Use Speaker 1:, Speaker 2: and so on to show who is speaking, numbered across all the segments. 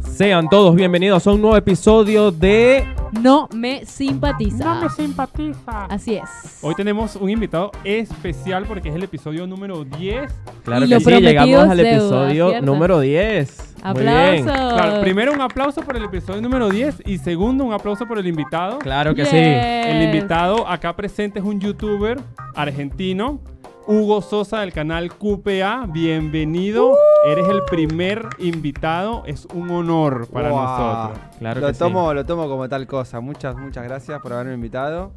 Speaker 1: Sean todos bienvenidos a un nuevo episodio de...
Speaker 2: No me simpatiza.
Speaker 3: No me simpatiza.
Speaker 2: Así es.
Speaker 3: Hoy tenemos un invitado especial porque es el episodio número 10.
Speaker 1: Claro
Speaker 2: Y
Speaker 1: que
Speaker 2: lo
Speaker 1: sí,
Speaker 2: prometido
Speaker 1: llegamos
Speaker 2: es
Speaker 1: al
Speaker 2: deuda,
Speaker 1: episodio
Speaker 2: ¿cierto?
Speaker 1: número 10. Muy bien.
Speaker 2: Aplausos.
Speaker 3: Claro, primero un aplauso por el episodio número 10 y segundo un aplauso por el invitado.
Speaker 1: Claro que sí.
Speaker 2: Yes.
Speaker 3: El invitado acá presente es un youtuber argentino, Hugo Sosa del canal QPA. Bienvenido. Eres el primer invitado. Es un honor para
Speaker 4: Guau.
Speaker 3: nosotros.
Speaker 1: Claro
Speaker 4: lo
Speaker 1: que sí.
Speaker 4: tomo, Lo tomo como tal cosa. Muchas, muchas gracias por haberme invitado.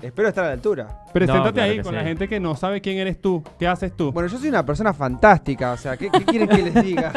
Speaker 4: Espero estar a la altura.
Speaker 3: Preséntate
Speaker 1: claro
Speaker 3: ahí
Speaker 1: que
Speaker 3: con
Speaker 1: sí.
Speaker 3: la gente que no sabe quién eres tú. ¿Qué haces tú?
Speaker 4: Bueno, yo soy una persona fantástica, o sea, ¿qué, qué quieren que les diga?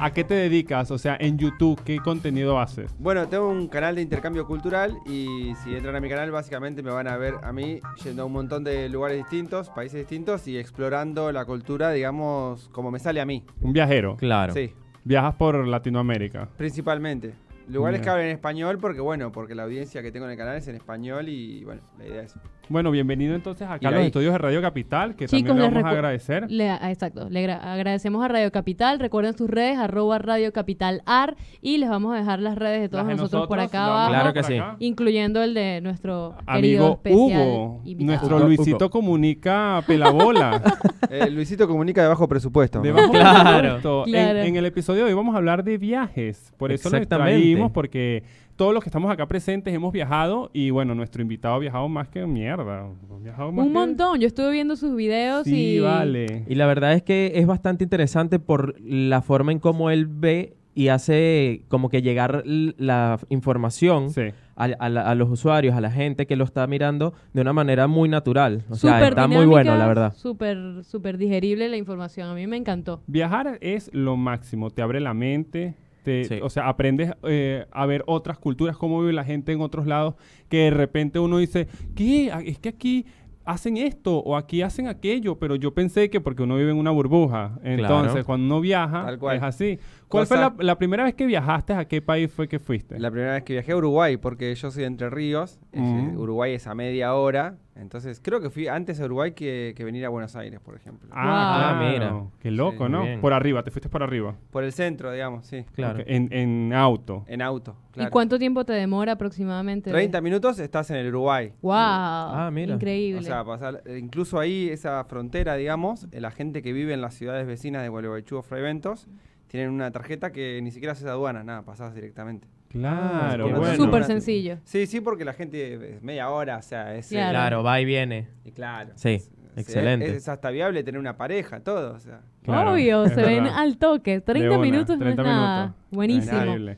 Speaker 3: ¿A qué te dedicas? O sea, en YouTube, ¿qué contenido haces?
Speaker 4: Bueno, tengo un canal de intercambio cultural y si entran a mi canal básicamente me van a ver a mí yendo a un montón de lugares distintos, países distintos y explorando la cultura, digamos, como me sale a mí.
Speaker 3: Un viajero.
Speaker 1: Claro.
Speaker 4: Sí,
Speaker 3: Viajas por Latinoamérica.
Speaker 4: principalmente. Lugares
Speaker 3: Bien.
Speaker 4: que hablan en español porque, bueno, porque la audiencia que tengo en el canal es en español y, bueno, la idea es...
Speaker 3: Bueno, bienvenido entonces acá a
Speaker 4: Ir
Speaker 3: los
Speaker 4: ahí.
Speaker 3: estudios de Radio Capital, que
Speaker 2: Chicos,
Speaker 3: también
Speaker 2: les
Speaker 3: le vamos a
Speaker 2: recu-
Speaker 3: agradecer.
Speaker 2: Le- ah, exacto. Le agra- agradecemos a Radio Capital. Recuerden sus redes, arroba Radio Capital AR. Y les vamos a dejar las redes de todos
Speaker 3: Las de
Speaker 2: nosotros, por acá
Speaker 3: nosotros, la vamos
Speaker 2: abajo.
Speaker 3: a
Speaker 1: Claro
Speaker 3: dejar
Speaker 1: que
Speaker 3: por
Speaker 1: sí.
Speaker 3: acá.
Speaker 2: Incluyendo el de nuestro querido
Speaker 3: Amigo
Speaker 2: especial
Speaker 3: Hugo,
Speaker 2: invitado.
Speaker 3: nuestro
Speaker 1: Hugo,
Speaker 3: Luisito
Speaker 1: Hugo.
Speaker 3: comunica pelabola.
Speaker 4: Eh, Luisito comunica de bajo presupuesto.
Speaker 3: de
Speaker 4: ¿no?
Speaker 3: bajo
Speaker 1: Claro.
Speaker 3: presupuesto. En-
Speaker 2: Claro.
Speaker 3: En, el episodio de hoy vamos a hablar de viajes, por eso lo
Speaker 1: Exactamente.
Speaker 3: traímos porque todos los que estamos acá presentes hemos viajado y bueno, nuestro invitado ha viajado más que mierda. Ha viajado más
Speaker 2: Un
Speaker 3: que-
Speaker 2: montón. Yo estuve viendo sus videos
Speaker 3: Sí,
Speaker 2: y...
Speaker 3: vale.
Speaker 1: Y la verdad es que es bastante interesante por la forma en cómo él ve y hace como que llegar l- la información
Speaker 3: Sí.
Speaker 1: a, a la- a los usuarios, a la gente que lo está mirando de una manera muy natural. O sea,
Speaker 2: Súper
Speaker 1: está muy
Speaker 2: dinámica,
Speaker 1: bueno, la verdad.
Speaker 2: Súper, súper digerible la información. A mí me encantó.
Speaker 3: Viajar es lo máximo, te abre la mente, te-
Speaker 1: Sí.
Speaker 3: o sea, aprendes eh, a ver otras culturas, cómo vive la gente en otros lados, que de repente uno dice, ¿qué? A- Es que aquí hacen esto o aquí hacen aquello, pero yo pensé que porque uno vive en una burbuja, entonces
Speaker 1: Claro.
Speaker 3: cuando uno viaja
Speaker 4: Tal cual.
Speaker 3: es así. ¿Cuál fue
Speaker 4: Cosa-
Speaker 3: la, la primera vez que viajaste? ¿A qué país fue que fuiste?
Speaker 4: La primera vez que viajé a Uruguay, porque yo soy de Entre Ríos, es, eh,
Speaker 3: Mm.
Speaker 4: Uruguay es a media hora, entonces creo que fui antes a Uruguay que, que venir a Buenos Aires, por ejemplo.
Speaker 3: Ah,
Speaker 1: Wow.
Speaker 3: claro,
Speaker 1: Ah, mira.
Speaker 3: Qué loco,
Speaker 1: Sí,
Speaker 3: ¿no?
Speaker 1: muy bien.
Speaker 3: Por arriba, te fuiste por arriba.
Speaker 4: Por el centro, digamos, sí.
Speaker 1: Claro.
Speaker 3: Ok, En, en auto.
Speaker 4: En auto, claro.
Speaker 2: ¿Y cuánto tiempo te demora aproximadamente? de-
Speaker 4: 30 minutos estás en el Uruguay.
Speaker 2: ¡Wow! Ah,
Speaker 1: mira.
Speaker 2: Increíble.
Speaker 4: O sea, pasar, eh, incluso ahí, esa frontera, digamos, eh, la gente que vive en las ciudades vecinas de Gualeguaychú o Fraiventos, tienen una tarjeta que ni siquiera haces aduana, nada, pasás directamente.
Speaker 3: Claro,
Speaker 4: sí, por
Speaker 3: bueno.
Speaker 4: lo
Speaker 2: Súper
Speaker 4: menos.
Speaker 2: sencillo.
Speaker 4: Sí, sí, porque la gente es media hora, o sea, es... eh,
Speaker 2: Claro.
Speaker 1: Claro, va y viene.
Speaker 4: y claro.
Speaker 1: Sí,
Speaker 4: Es- es-
Speaker 1: excelente.
Speaker 4: Es, hasta viable tener una pareja, todo, o sea.
Speaker 3: Claro,
Speaker 2: Obvio,
Speaker 3: es
Speaker 2: se ven
Speaker 3: verdad.
Speaker 2: al toque. 30
Speaker 3: una,
Speaker 2: minutos no
Speaker 3: 30
Speaker 2: es nada.
Speaker 3: minutos.
Speaker 2: Buenísimo.
Speaker 3: Increíble.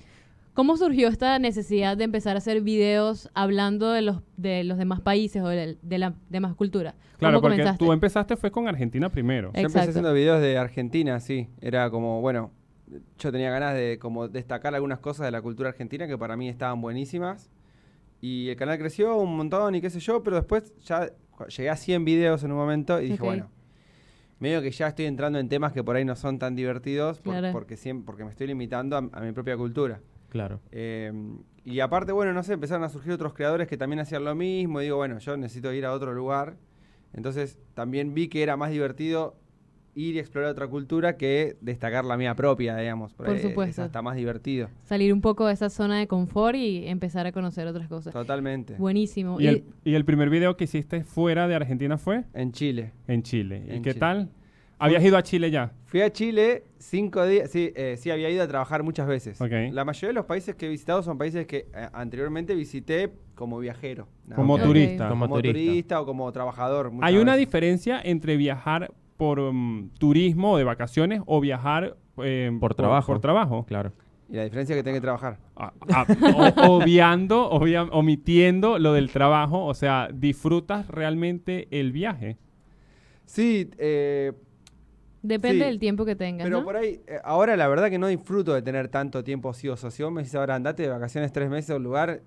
Speaker 2: ¿Cómo surgió esta necesidad de empezar a hacer videos hablando de los, de los demás países o de, de las demás culturas?
Speaker 3: Claro,
Speaker 2: ¿Cómo
Speaker 3: porque
Speaker 2: comenzaste?
Speaker 3: tú em- empezaste fue con Argentina primero.
Speaker 2: Eh,
Speaker 4: Yo empecé
Speaker 2: Exacto.
Speaker 4: haciendo videos de Argentina, sí. Era como, bueno, yo tenía ganas de como destacar algunas cosas de la cultura argentina que para mí estaban buenísimas. Y el canal creció un montón y qué sé yo, pero después ya cu- llegué a 100 videos en un momento y dije,
Speaker 2: Ok.
Speaker 4: bueno, medio que ya estoy entrando en temas que por ahí no son tan divertidos por-
Speaker 2: Claro.
Speaker 4: porque, siem- porque me estoy limitando a, a mi propia cultura.
Speaker 1: Claro.
Speaker 4: Eh, y aparte, bueno, no sé, empezaron a surgir otros creadores que también hacían lo mismo. Y digo, bueno, yo necesito ir a otro lugar. Entonces también vi que era más divertido ir y explorar otra cultura que destacar la mía propia, digamos.
Speaker 2: Por
Speaker 4: ahí
Speaker 2: supuesto.
Speaker 4: Es hasta más divertido.
Speaker 2: Salir un poco de esa zona de confort y empezar a conocer otras cosas.
Speaker 4: Totalmente.
Speaker 2: Buenísimo.
Speaker 3: Y el, y el primer video que hiciste fuera de Argentina fue
Speaker 4: En Chile.
Speaker 3: en Chile. ¿Y
Speaker 4: En
Speaker 3: qué
Speaker 4: Chile.
Speaker 3: tal? Habías ido a Chile ya.
Speaker 4: Fui a Chile cinco días, sí, eh, sí, había ido a trabajar muchas veces.
Speaker 3: Ok.
Speaker 4: La mayoría de los países que he visitado son países que eh, anteriormente visité como viajero. nada
Speaker 3: Como
Speaker 4: más.
Speaker 2: Ok.
Speaker 3: turista.
Speaker 1: Como
Speaker 4: Como
Speaker 1: turista.
Speaker 4: turista. o como trabajador. muchas
Speaker 3: Hay una
Speaker 4: veces.
Speaker 3: diferencia entre viajar por mm, turismo o de vacaciones o viajar eh,
Speaker 1: Por trabajo.
Speaker 3: Por trabajo.
Speaker 1: Claro.
Speaker 4: Y la diferencia es que tenés que trabajar.
Speaker 3: A- a- o- obviando, obvia- omitiendo lo del trabajo, o sea, disfrutas realmente el viaje.
Speaker 4: Sí, eh,
Speaker 2: Depende
Speaker 4: sí.
Speaker 2: del tiempo que tengas.
Speaker 4: pero
Speaker 2: ¿no?
Speaker 4: por ahí, eh, ahora la verdad que no disfruto de tener tanto tiempo sí o socio. Me decís ahora andate de vacaciones tres meses a un lugar.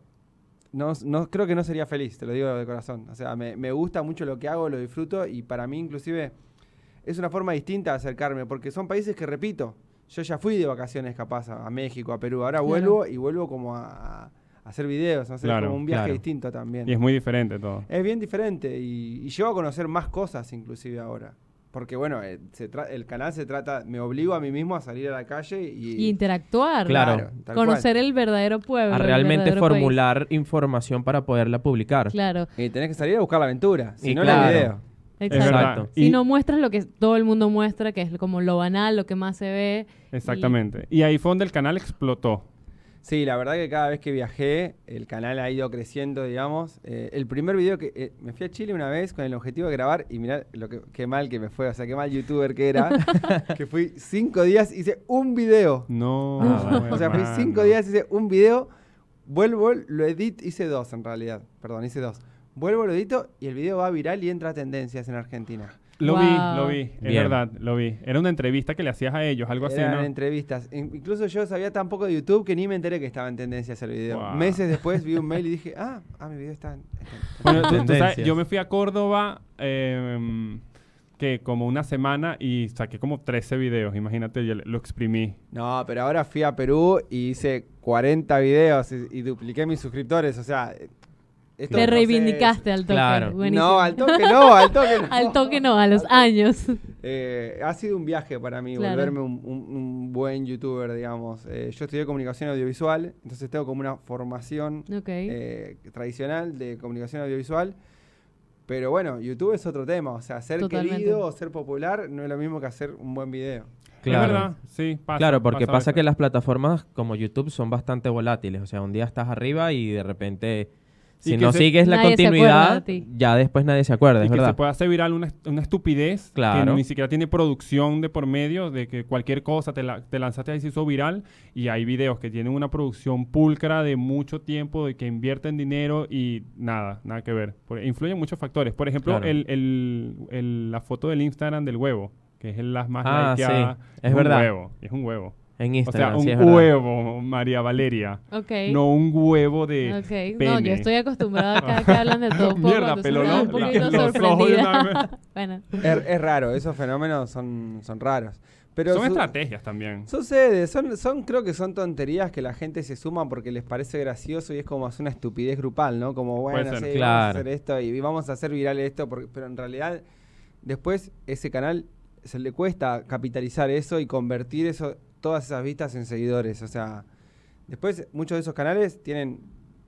Speaker 4: No, no, creo que no sería feliz, te lo digo de corazón. O sea, me, me gusta mucho lo que hago, lo disfruto y para mí inclusive es una forma distinta de acercarme porque son países que, repito, yo ya fui de vacaciones capaz a, a México, a Perú. Ahora
Speaker 2: Claro.
Speaker 4: vuelvo y vuelvo como a, a hacer videos, no sé,
Speaker 3: Claro,
Speaker 4: como un viaje
Speaker 1: claro.
Speaker 4: distinto también.
Speaker 3: Y es muy diferente todo.
Speaker 4: Es bien diferente y, y llevo a conocer más cosas inclusive ahora. Porque bueno, eh, se tra- el canal se trata, me obligo a mí mismo a salir a la calle y,
Speaker 2: Y interactuar.
Speaker 1: Claro.
Speaker 4: tal
Speaker 2: Conocer el verdadero pueblo.
Speaker 1: a
Speaker 2: el
Speaker 1: realmente
Speaker 2: verdadero país.
Speaker 1: formular información para poderla publicar.
Speaker 2: Claro,
Speaker 4: cual. Y tenés que salir a buscar la aventura, si
Speaker 1: Y
Speaker 4: no
Speaker 1: claro.
Speaker 4: el video.
Speaker 2: exacto.
Speaker 1: verdad. Exacto.
Speaker 2: Si
Speaker 3: Y-
Speaker 2: no muestras lo que todo el mundo muestra, que es como lo banal, lo que más se ve.
Speaker 3: Exactamente. Y ahí fue donde el canal explotó.
Speaker 4: Sí, la verdad que cada vez que viajé, el canal ha ido creciendo, digamos. Eh, el primer video que eh, me fui a Chile una vez con el objetivo de grabar y mirar lo que qué mal que me fue, o sea, qué mal youtuber que era, que fui cinco días hice un video.
Speaker 1: Ah,
Speaker 3: No.
Speaker 4: o sea, fui cinco
Speaker 3: hermano.
Speaker 4: días hice un video, vuelvo, lo edito, hice dos en realidad, perdón, hice dos. Vuelvo, lo edito y el video va viral y entra a tendencias en Argentina.
Speaker 3: Lo vi, lo
Speaker 2: Wow.
Speaker 3: vi. Es
Speaker 1: Bien.
Speaker 3: verdad, lo vi. Era una entrevista que le hacías a ellos, algo así,
Speaker 4: Eran
Speaker 3: ¿no?
Speaker 4: entrevistas. In- Incluso yo sabía tan poco de YouTube que ni me enteré que estaba en tendencias el video.
Speaker 3: Guau.
Speaker 4: Meses después vi un mail y dije, ah, ah mi video está en- está en
Speaker 3: Bueno, tú- tú sabes,
Speaker 1: Tendencias.
Speaker 3: yo me fui a Córdoba eh, que como una semana y saqué como 13 videos, imagínate, yo le- lo exprimí.
Speaker 4: No, pero ahora fui a Perú y hice 40 videos y, y dupliqué mis suscriptores. O sea, eh, esto
Speaker 2: Te
Speaker 4: no sé,
Speaker 2: reivindicaste al toque.
Speaker 1: Claro.
Speaker 2: buenísimo.
Speaker 4: No, al toque no, al toque no.
Speaker 2: Al toque no, a los años.
Speaker 4: Eh, ha sido un viaje para mí
Speaker 2: Claro.
Speaker 4: volverme un, un- un buen youtuber, digamos. Eh, yo estudié comunicación audiovisual, entonces tengo como una formación
Speaker 2: Ok.
Speaker 4: eh, tradicional de comunicación audiovisual. Pero bueno, YouTube es otro tema. O sea, ser
Speaker 2: Totalmente.
Speaker 4: querido o ser popular no es lo mismo que hacer un buen video.
Speaker 1: Claro.
Speaker 3: Es verdad, sí, pasa.
Speaker 1: Claro, porque
Speaker 3: a
Speaker 1: pasa
Speaker 3: veces.
Speaker 1: que las plataformas como YouTube son bastante volátiles. O sea, un día estás arriba y de repente, si
Speaker 3: Y que
Speaker 1: no
Speaker 3: se-
Speaker 1: sigues la
Speaker 2: Nadie se acuerda
Speaker 1: continuidad,
Speaker 2: de ti.
Speaker 1: ya después nadie se acuerda,
Speaker 3: Y
Speaker 1: es
Speaker 3: que se
Speaker 1: verdad.
Speaker 3: puede hacer viral una, est- una estupidez
Speaker 1: Claro.
Speaker 3: que ni siquiera tiene producción de por medio, de que cualquier cosa te, la- te lanzaste ahí se hizo viral y hay videos que tienen una producción pulcra de mucho tiempo, de que invierten dinero y nada, nada que ver. Por- influyen muchos factores. Por ejemplo,
Speaker 1: Claro.
Speaker 3: el, el- el- la foto del Instagram del huevo, que es el- las más
Speaker 1: Ah, sí.
Speaker 3: likeadas.
Speaker 1: Es verdad.
Speaker 3: Un huevo, es un huevo.
Speaker 1: En
Speaker 3: O sea,
Speaker 1: Instagram,
Speaker 3: un
Speaker 1: sí, es verdad.
Speaker 3: huevo, María Valeria.
Speaker 2: Ok.
Speaker 3: No un huevo de
Speaker 2: Ok. No,
Speaker 3: pene.
Speaker 2: yo estoy acostumbrada a cada que hablan de todo un poco.
Speaker 3: Mierda,
Speaker 2: entonces
Speaker 3: pero
Speaker 2: estaba
Speaker 3: no,
Speaker 2: un
Speaker 3: la-
Speaker 2: poquito
Speaker 3: los ojos de una
Speaker 2: sorprendida. Bueno.
Speaker 4: Es, Er, es raro, esos fenómenos son, son raros. Pero
Speaker 3: Son
Speaker 4: su-
Speaker 3: estrategias también.
Speaker 4: Sucede, son, son, creo que son tonterías que la gente se suma porque les parece gracioso y es como hacer una estupidez grupal, ¿no? Como, bueno,
Speaker 3: ser.
Speaker 4: sí, vamos a
Speaker 1: Claro.
Speaker 4: hacer esto y vamos a hacer viral esto, porque- pero en realidad después ese canal se le cuesta capitalizar eso y convertir eso, todas esas vistas en seguidores. O sea, después muchos de esos canales tienen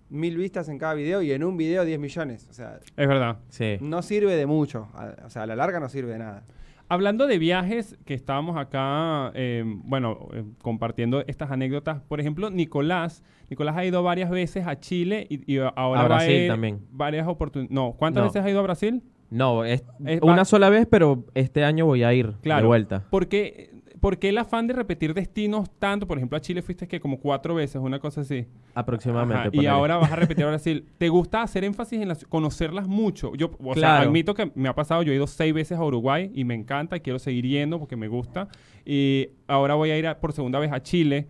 Speaker 4: mil vistas en cada video y en un video 10 millones. O sea,
Speaker 3: Es verdad.
Speaker 1: Sí.
Speaker 4: no sirve de mucho. A- O sea, a la larga no sirve de nada.
Speaker 3: Hablando de viajes, que estábamos acá, eh, bueno, eh, compartiendo estas anécdotas. Por ejemplo, Nicolás. Nicolás ha ido varias veces a Chile y, y ahora
Speaker 1: A
Speaker 3: va
Speaker 1: Brasil
Speaker 3: ir
Speaker 1: también.
Speaker 3: varias oportunidades. No, ¿cuántas
Speaker 1: No.
Speaker 3: veces ha ido a Brasil?
Speaker 1: No, es
Speaker 3: Es va-
Speaker 1: una sola vez, pero este año voy a ir
Speaker 3: Claro.
Speaker 1: de vuelta.
Speaker 3: ¿Por qué, por qué el afán de repetir destinos tanto? Por ejemplo, a Chile fuiste que como cuatro veces, una cosa así.
Speaker 1: Aproximadamente.
Speaker 3: Ajá, y
Speaker 1: ponele.
Speaker 3: ahora vas a repetir a Brasil. ¿Te gusta hacer énfasis en las- conocerlas mucho? Yo, o sea,
Speaker 1: Claro.
Speaker 3: admito que me ha pasado, yo he ido seis veces a Uruguay y me encanta, y quiero seguir yendo porque me gusta. Y ahora voy a ir a- por segunda vez a Chile,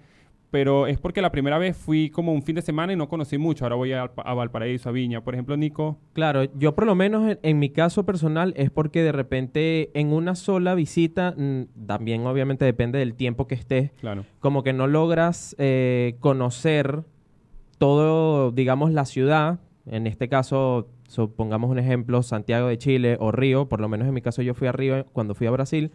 Speaker 3: pero es porque la primera vez fui como un fin de semana y no conocí mucho. Ahora voy a, a Valparaíso, a Viña. Por ejemplo, Nico,
Speaker 1: Claro, yo por lo menos en, en mi caso personal es porque de repente en una sola visita, mm, también obviamente depende del tiempo que estés,
Speaker 3: claro.
Speaker 1: como que no logras eh, conocer todo, digamos, la ciudad. En este caso, supongamos un ejemplo, Santiago de Chile o Río, por lo menos en mi caso yo fui a Río cuando fui a Brasil.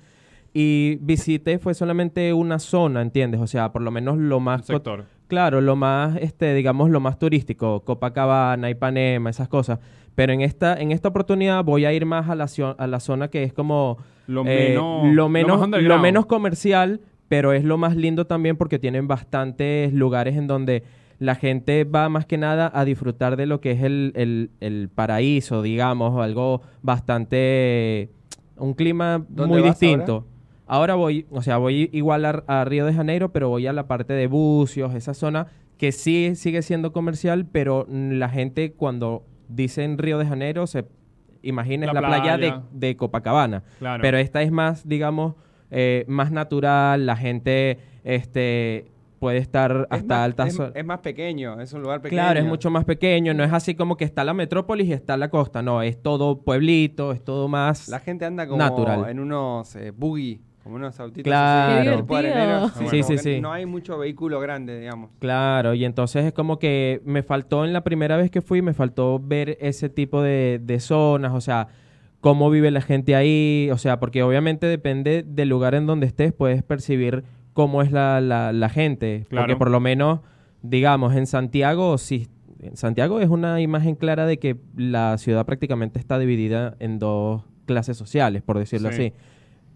Speaker 1: Y visité fue solamente una zona, ¿entiendes? O sea, por lo menos lo
Speaker 3: Un
Speaker 1: más co-
Speaker 3: sector.
Speaker 1: Claro, lo más, este, digamos, lo más turístico, Copacabana, Ipanema, esas cosas. Pero en esta, en esta oportunidad voy a ir más a la, zio- a la zona que es como
Speaker 3: Lo
Speaker 1: eh,
Speaker 3: menos...
Speaker 1: lo menos,
Speaker 3: más
Speaker 1: lo
Speaker 3: underground.
Speaker 1: menos comercial, pero es lo más lindo también porque tienen bastantes lugares en donde la gente va más que nada a disfrutar de lo que es el, el- el paraíso, digamos, o algo bastante... un clima
Speaker 4: ¿Dónde
Speaker 1: muy
Speaker 4: vas
Speaker 1: distinto. Ahora voy, o sea, voy igual a, a Río de Janeiro, pero voy a la parte de Bucios, esa zona que sí sigue siendo comercial, pero mm, la gente cuando dicen Río de Janeiro se imagina es
Speaker 3: La
Speaker 1: la, playa, de-
Speaker 3: playa.
Speaker 1: de Copacabana.
Speaker 3: Claro.
Speaker 1: Pero esta es más, digamos, eh, más natural. La gente este, puede estar
Speaker 4: Es
Speaker 1: hasta
Speaker 4: más-
Speaker 1: altas
Speaker 4: es-
Speaker 1: horas.
Speaker 4: es más pequeño, es un lugar pequeño.
Speaker 1: Claro, es mucho más pequeño. No es así como que está la metrópolis y está la costa. No, es todo pueblito, es todo más.
Speaker 4: La gente anda como
Speaker 1: Natural.
Speaker 4: en unos eh, buggy, como unos autitos.
Speaker 1: Claro.
Speaker 4: así,
Speaker 1: Qué
Speaker 4: tipo
Speaker 2: divertido.
Speaker 4: areneros.
Speaker 1: Sí,
Speaker 4: Bueno,
Speaker 1: sí,
Speaker 4: que
Speaker 1: sí.
Speaker 4: No hay mucho vehículo grande, digamos.
Speaker 1: Claro, y entonces es como que me faltó en la primera vez que fui, me faltó ver ese tipo de, de zonas, o sea, cómo vive la gente ahí, o sea, porque obviamente depende del lugar en donde estés, puedes percibir cómo es la, la- la gente.
Speaker 3: Claro.
Speaker 1: Porque por lo menos, digamos, en Santiago, sí, en Santiago es una imagen clara de que la ciudad prácticamente está dividida en dos clases sociales, por decirlo
Speaker 3: Sí.
Speaker 1: así.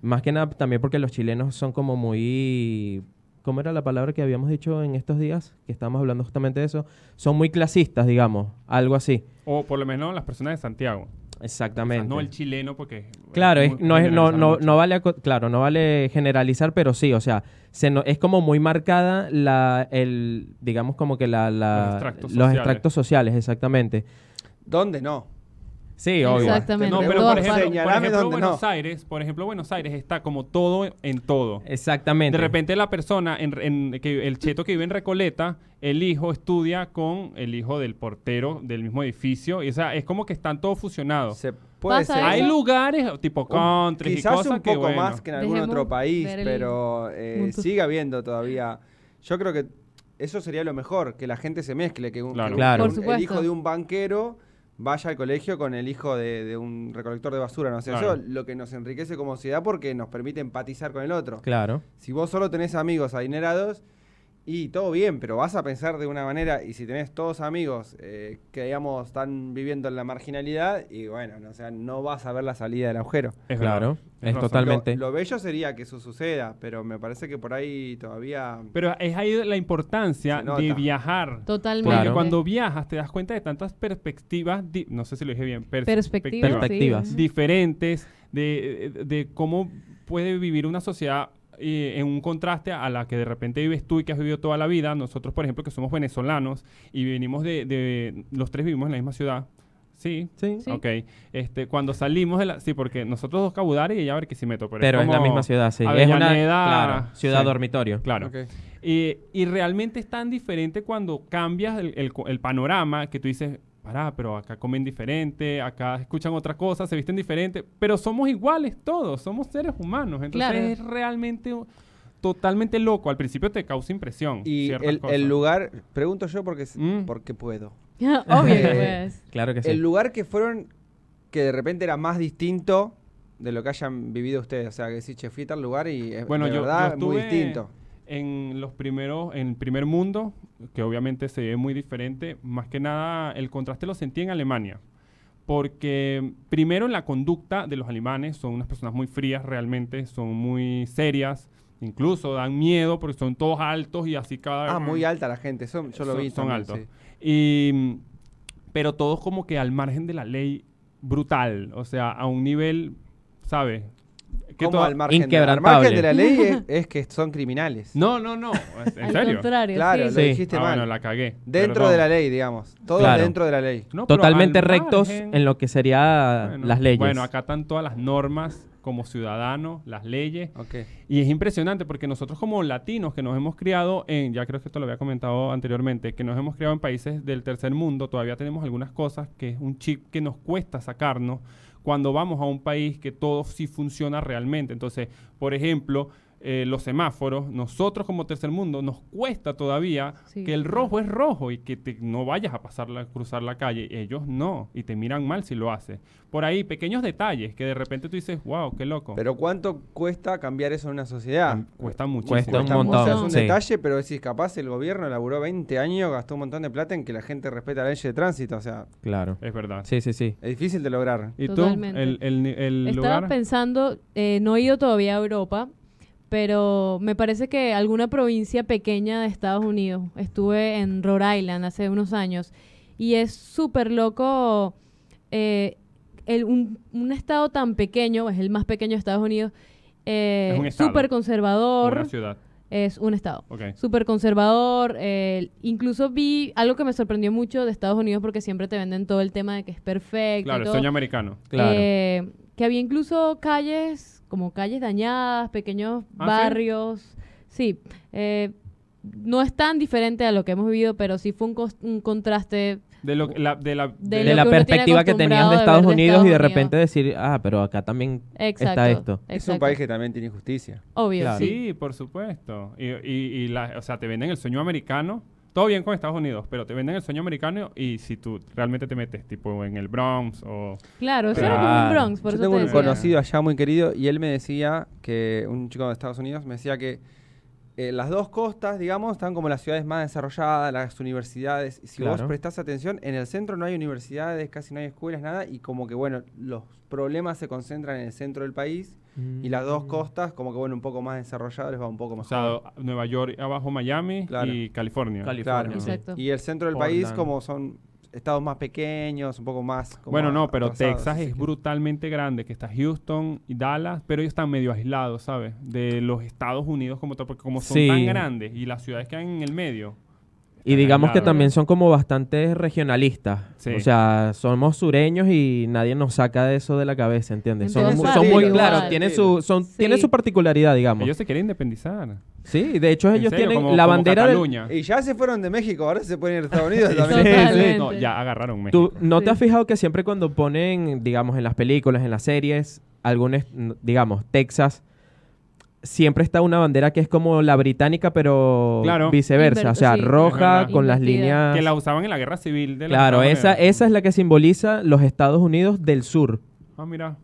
Speaker 1: Más que nada también porque los chilenos son como muy... ¿Cómo era la palabra que habíamos dicho en estos días? Que estábamos hablando justamente de eso. Son muy clasistas, digamos, algo así.
Speaker 3: O por lo menos las personas de Santiago. O sea,
Speaker 1: Exactamente.
Speaker 3: no el chileno, porque.
Speaker 1: Claro,
Speaker 3: es
Speaker 1: es-
Speaker 3: muy
Speaker 1: no, es- no,
Speaker 3: generalizar
Speaker 1: no,
Speaker 3: mucho.
Speaker 1: no vale, aco- claro, no vale generalizar, pero sí, o sea, se no- es como muy marcada la, el, digamos como que la, la-
Speaker 3: Los extractos
Speaker 1: los
Speaker 3: sociales.
Speaker 1: extractos sociales, exactamente.
Speaker 4: ¿Dónde no?
Speaker 1: Sí, obvio.
Speaker 2: Exactamente.
Speaker 3: No,
Speaker 4: Pero
Speaker 3: pero
Speaker 2: Todas
Speaker 3: por ejemplo, por
Speaker 4: Señalame
Speaker 3: ejemplo,
Speaker 4: dónde no.
Speaker 3: Buenos Aires, por ejemplo, Buenos Aires está como todo en todo.
Speaker 1: Exactamente.
Speaker 3: De repente la persona, en, en- que, el cheto que vive en Recoleta, el hijo estudia con el hijo del portero del mismo edificio. Y, o sea, es como que están todos fusionados.
Speaker 4: Se puede
Speaker 2: Pasa
Speaker 4: ser.
Speaker 3: Hay
Speaker 2: eso.
Speaker 3: lugares tipo country y
Speaker 4: Quizás
Speaker 3: cosas
Speaker 4: un
Speaker 3: que,
Speaker 4: poco
Speaker 3: bueno,
Speaker 4: más que en algún
Speaker 2: Dejemos
Speaker 4: otro país,
Speaker 2: ver el
Speaker 4: pero eh,
Speaker 2: punto.
Speaker 4: sigue habiendo todavía. Yo creo que eso sería lo mejor, que la gente se mezcle, que, un,
Speaker 3: Claro.
Speaker 4: que un-
Speaker 1: Claro.
Speaker 4: un-
Speaker 2: Por
Speaker 4: el
Speaker 2: supuesto.
Speaker 4: hijo de un banquero vaya al colegio con el hijo de, de un recolector de basura, no sé,
Speaker 3: Claro.
Speaker 4: eso lo que nos enriquece como sociedad porque nos permite empatizar con el otro.
Speaker 1: Claro.
Speaker 4: Si vos solo tenés amigos adinerados, y todo bien, pero vas a pensar de una manera, y si tenés todos amigos eh, que, digamos, están viviendo en la marginalidad, y bueno, no, o sea, no vas a ver la salida del agujero.
Speaker 3: es
Speaker 1: Claro,
Speaker 3: verdad.
Speaker 1: es
Speaker 3: razón.
Speaker 1: total- Totalmente.
Speaker 4: Lo, lo bello sería que eso suceda, pero me parece que por ahí todavía...
Speaker 3: Pero es ahí la importancia
Speaker 4: Se nota.
Speaker 3: de viajar.
Speaker 2: Totalmente.
Speaker 3: Porque
Speaker 1: Claro.
Speaker 3: cuando viajas te das cuenta de tantas perspectivas, di- no sé si lo dije bien, pers-
Speaker 2: Perspectivas. sí.
Speaker 1: Perspectivas.
Speaker 3: diferentes de, de cómo puede vivir una sociedad eh, en un contraste a la que de repente vives tú y que has vivido toda la vida. Nosotros, por ejemplo, que somos venezolanos y venimos de, de- los tres vivimos en la misma ciudad. Sí.
Speaker 1: Sí.
Speaker 2: Sí.
Speaker 3: Ok. Este, cuando salimos de la... Sí, porque nosotros dos Cabudare y ella Barquisimeto. Pero,
Speaker 1: Pero es, la
Speaker 3: como
Speaker 1: misma ciudad, sí. Es una
Speaker 3: Avellaneda,
Speaker 1: claro, ciudad
Speaker 3: sí,
Speaker 1: dormitorio.
Speaker 3: Claro.
Speaker 4: Ok.
Speaker 3: Y, Eh, y realmente es tan diferente cuando cambias el, el co- el panorama que tú dices, pará, pero acá comen diferente, acá escuchan otra cosa, se visten diferente, pero somos iguales todos, somos seres humanos. Entonces
Speaker 2: Claro.
Speaker 3: es realmente un- totalmente loco. Al principio te causa impresión.
Speaker 4: Y
Speaker 3: ciertas
Speaker 4: el,
Speaker 3: cosas.
Speaker 4: el lugar, pregunto yo porque, s-
Speaker 3: Mm.
Speaker 4: porque puedo.
Speaker 2: Obvio pues. que
Speaker 4: Eh,
Speaker 2: puedes.
Speaker 1: Claro que sí.
Speaker 4: El lugar que fueron, que de repente era más distinto de lo que hayan vivido ustedes. O sea, que sí, che, fui a tal lugar y es
Speaker 3: Bueno,
Speaker 4: Eh, de
Speaker 3: yo- yo
Speaker 4: verdad muy
Speaker 3: estuve-
Speaker 4: distinto.
Speaker 3: En los primeros, en el primer mundo, que obviamente se ve muy diferente, más que nada el contraste lo sentí en Alemania. Porque primero en la conducta de los alemanes, son unas personas muy frías realmente, son muy serias, incluso dan miedo porque son todos altos y así cada
Speaker 4: Ah, muy alta la gente. Son, yo
Speaker 3: mm,
Speaker 4: lo
Speaker 3: son,
Speaker 4: vi.
Speaker 3: son
Speaker 4: también,
Speaker 3: altos.
Speaker 4: sí.
Speaker 3: Y, mm, pero todos como que al margen de la ley brutal, o sea, a un nivel, ¿sabes? Que
Speaker 4: ¿Cómo
Speaker 3: toda-
Speaker 4: al margen de, al
Speaker 1: Inquebrantable.
Speaker 4: margen de la ley es, es que son criminales.
Speaker 3: No, no, no, en
Speaker 2: Al
Speaker 3: serio.
Speaker 2: contrario,
Speaker 4: Claro,
Speaker 2: sí.
Speaker 4: lo
Speaker 1: Sí.
Speaker 4: dijiste
Speaker 3: Ah,
Speaker 4: mal.
Speaker 3: bueno, la cagué.
Speaker 4: Dentro
Speaker 3: perdón.
Speaker 4: de la ley, digamos. Todo
Speaker 1: Claro.
Speaker 4: dentro de la ley.
Speaker 3: No, pero
Speaker 1: Totalmente
Speaker 3: al
Speaker 1: rectos
Speaker 3: margen-
Speaker 1: en lo que serían
Speaker 3: Bueno,
Speaker 1: las leyes.
Speaker 3: Bueno, acá están todas las normas como ciudadanos, las leyes.
Speaker 4: Ok.
Speaker 3: Y es impresionante porque nosotros como latinos que nos hemos criado en, ya creo que esto lo había comentado anteriormente, que nos hemos criado en países del tercer mundo, todavía tenemos algunas cosas que es un chip que nos cuesta sacarnos cuando vamos a un país que todo sí funciona realmente. Entonces, por ejemplo, eh, los semáforos, nosotros como tercer mundo nos cuesta todavía
Speaker 2: Sí.
Speaker 3: que el rojo es rojo y que te- no vayas a pasar la, cruzar la calle. Ellos no, y te miran mal si lo haces. Por ahí, pequeños detalles que de repente tú dices, wow, qué loco. Em,
Speaker 4: Pero ¿cuánto cuesta cambiar eso en una sociedad?
Speaker 3: cuesta muchísimo.
Speaker 1: Cuesta un
Speaker 4: Cuesta mucho,
Speaker 1: montón.
Speaker 4: Es un
Speaker 1: sí.
Speaker 4: detalle, pero decís, capaz el gobierno laburó 20 años, gastó un montón de plata en que la gente respeta la ley de tránsito. O sea,
Speaker 1: Claro.
Speaker 3: Es verdad.
Speaker 1: Sí, sí,
Speaker 2: Eh,
Speaker 1: sí.
Speaker 4: es difícil de lograr.
Speaker 3: ¿Y tú?
Speaker 2: Totalmente.
Speaker 3: El, el, ni- el
Speaker 2: Estaba
Speaker 3: lugar.
Speaker 2: pensando, eh, no he ido todavía a Europa, pero me parece que alguna provincia pequeña de Estados Unidos. Estuve en Rhode Island hace unos años y es súper loco. eh, el- un, un estado tan pequeño, es el más pequeño de Estados Unidos, eh,
Speaker 3: Es un estado.
Speaker 2: súper conservador.
Speaker 3: Una ciudad.
Speaker 2: Es un estado.
Speaker 3: Ok.
Speaker 2: Súper conservador. eh, incluso vi algo que me sorprendió mucho de Estados Unidos porque siempre te venden todo el tema de que es perfecto. y
Speaker 3: Claro, el
Speaker 2: todo.
Speaker 3: sueño americano.
Speaker 1: Claro.
Speaker 2: Eh, que había incluso calles, como calles dañadas, pequeños
Speaker 3: ¿Ah, sí?
Speaker 2: barrios. Sí. eh, no es tan diferente a lo que hemos vivido, pero sí fue un, cos- un contraste.
Speaker 3: De, lo, la, de la,
Speaker 2: De
Speaker 3: de-
Speaker 1: de
Speaker 2: lo
Speaker 1: la
Speaker 2: que uno tiene
Speaker 1: perspectiva que tenías
Speaker 2: acostumbrado
Speaker 1: de
Speaker 2: de
Speaker 1: Estados
Speaker 2: ver de
Speaker 1: Unidos y de
Speaker 2: Estados Unidos.
Speaker 1: repente decir, ah, pero acá también
Speaker 2: Exacto.
Speaker 1: está esto.
Speaker 4: Es un
Speaker 2: exacto.
Speaker 4: país que también tiene injusticia.
Speaker 2: Obvio,
Speaker 1: Claro.
Speaker 2: sí.
Speaker 3: Sí, por supuesto. Y, y, y la- o sea, te venden el sueño americano, todo bien con Estados Unidos, pero te venden el sueño americano y si tú realmente te metes tipo en el Bronx o...
Speaker 2: Claro, eso era como un
Speaker 1: Claro.
Speaker 2: Bronx, por
Speaker 4: Yo
Speaker 2: eso
Speaker 4: tengo
Speaker 2: te
Speaker 4: un
Speaker 2: decía.
Speaker 4: conocido allá muy querido y él me decía que, un chico de Estados Unidos, me decía que eh, las dos costas, digamos, están como las ciudades más desarrolladas, las universidades. Y si vos
Speaker 1: Claro.
Speaker 4: prestás atención, en el centro no hay universidades, casi no hay escuelas, nada, y como que, bueno, los problemas se concentran en el centro del país
Speaker 3: Mm.
Speaker 4: y las
Speaker 1: Mm.
Speaker 4: dos costas, como que, bueno, un poco más desarrolladas, les va un poco
Speaker 3: O
Speaker 4: más.
Speaker 3: sea, Nueva York abajo Miami
Speaker 4: Claro.
Speaker 3: y California.
Speaker 1: California.
Speaker 4: Claro.
Speaker 1: sí.
Speaker 2: Exacto.
Speaker 4: Y el centro del país,
Speaker 1: Portland.
Speaker 4: como son estados más pequeños, un poco más. como
Speaker 3: bueno, no, pero
Speaker 4: atrasados,
Speaker 3: Texas
Speaker 4: así
Speaker 3: es
Speaker 4: que-
Speaker 3: brutalmente grande, que está Houston y Dallas, pero ellos están medio aislados, ¿sabes? De los Estados Unidos como tal, porque como son
Speaker 1: Sí.
Speaker 3: tan grandes y las ciudades quedan en el medio.
Speaker 1: Y digamos que
Speaker 3: Claro.
Speaker 1: también son como bastante regionalistas.
Speaker 3: Sí.
Speaker 1: O sea, somos sureños y nadie nos saca de eso de la cabeza, ¿entiendes? Son,
Speaker 2: Entonces,
Speaker 1: mu-
Speaker 2: sí,
Speaker 1: son muy
Speaker 2: igual.
Speaker 1: claros, tienen su, son,
Speaker 2: Sí.
Speaker 1: tienen su particularidad, digamos.
Speaker 3: Ellos se quieren independizar.
Speaker 1: sí, de hecho
Speaker 3: En
Speaker 1: ellos
Speaker 3: serio,
Speaker 1: tienen
Speaker 3: como-
Speaker 1: la
Speaker 3: como
Speaker 1: bandera del-
Speaker 3: Cataluña.
Speaker 4: Y ya se fueron de México, ahora se pueden ir a Estados Unidos
Speaker 3: Sí,
Speaker 4: también.
Speaker 3: sí,
Speaker 2: Totalmente.
Speaker 3: No, ya agarraron México.
Speaker 1: ¿Tú no
Speaker 2: Sí.
Speaker 1: te has fijado que siempre cuando ponen, digamos, en las películas, en las series, algunos, digamos, Texas, siempre está una bandera que es como la británica, pero
Speaker 3: Claro.
Speaker 1: viceversa,
Speaker 2: Inver-
Speaker 1: o sea,
Speaker 2: sí.
Speaker 1: roja
Speaker 3: Ajá.
Speaker 1: con las
Speaker 2: Invertida.
Speaker 1: líneas...
Speaker 3: Que la usaban en la guerra civil de la
Speaker 1: Claro,
Speaker 3: Estados
Speaker 1: esa,
Speaker 3: Unidos.
Speaker 1: esa es la que simboliza los Estados Unidos del sur.
Speaker 3: Ah, mira.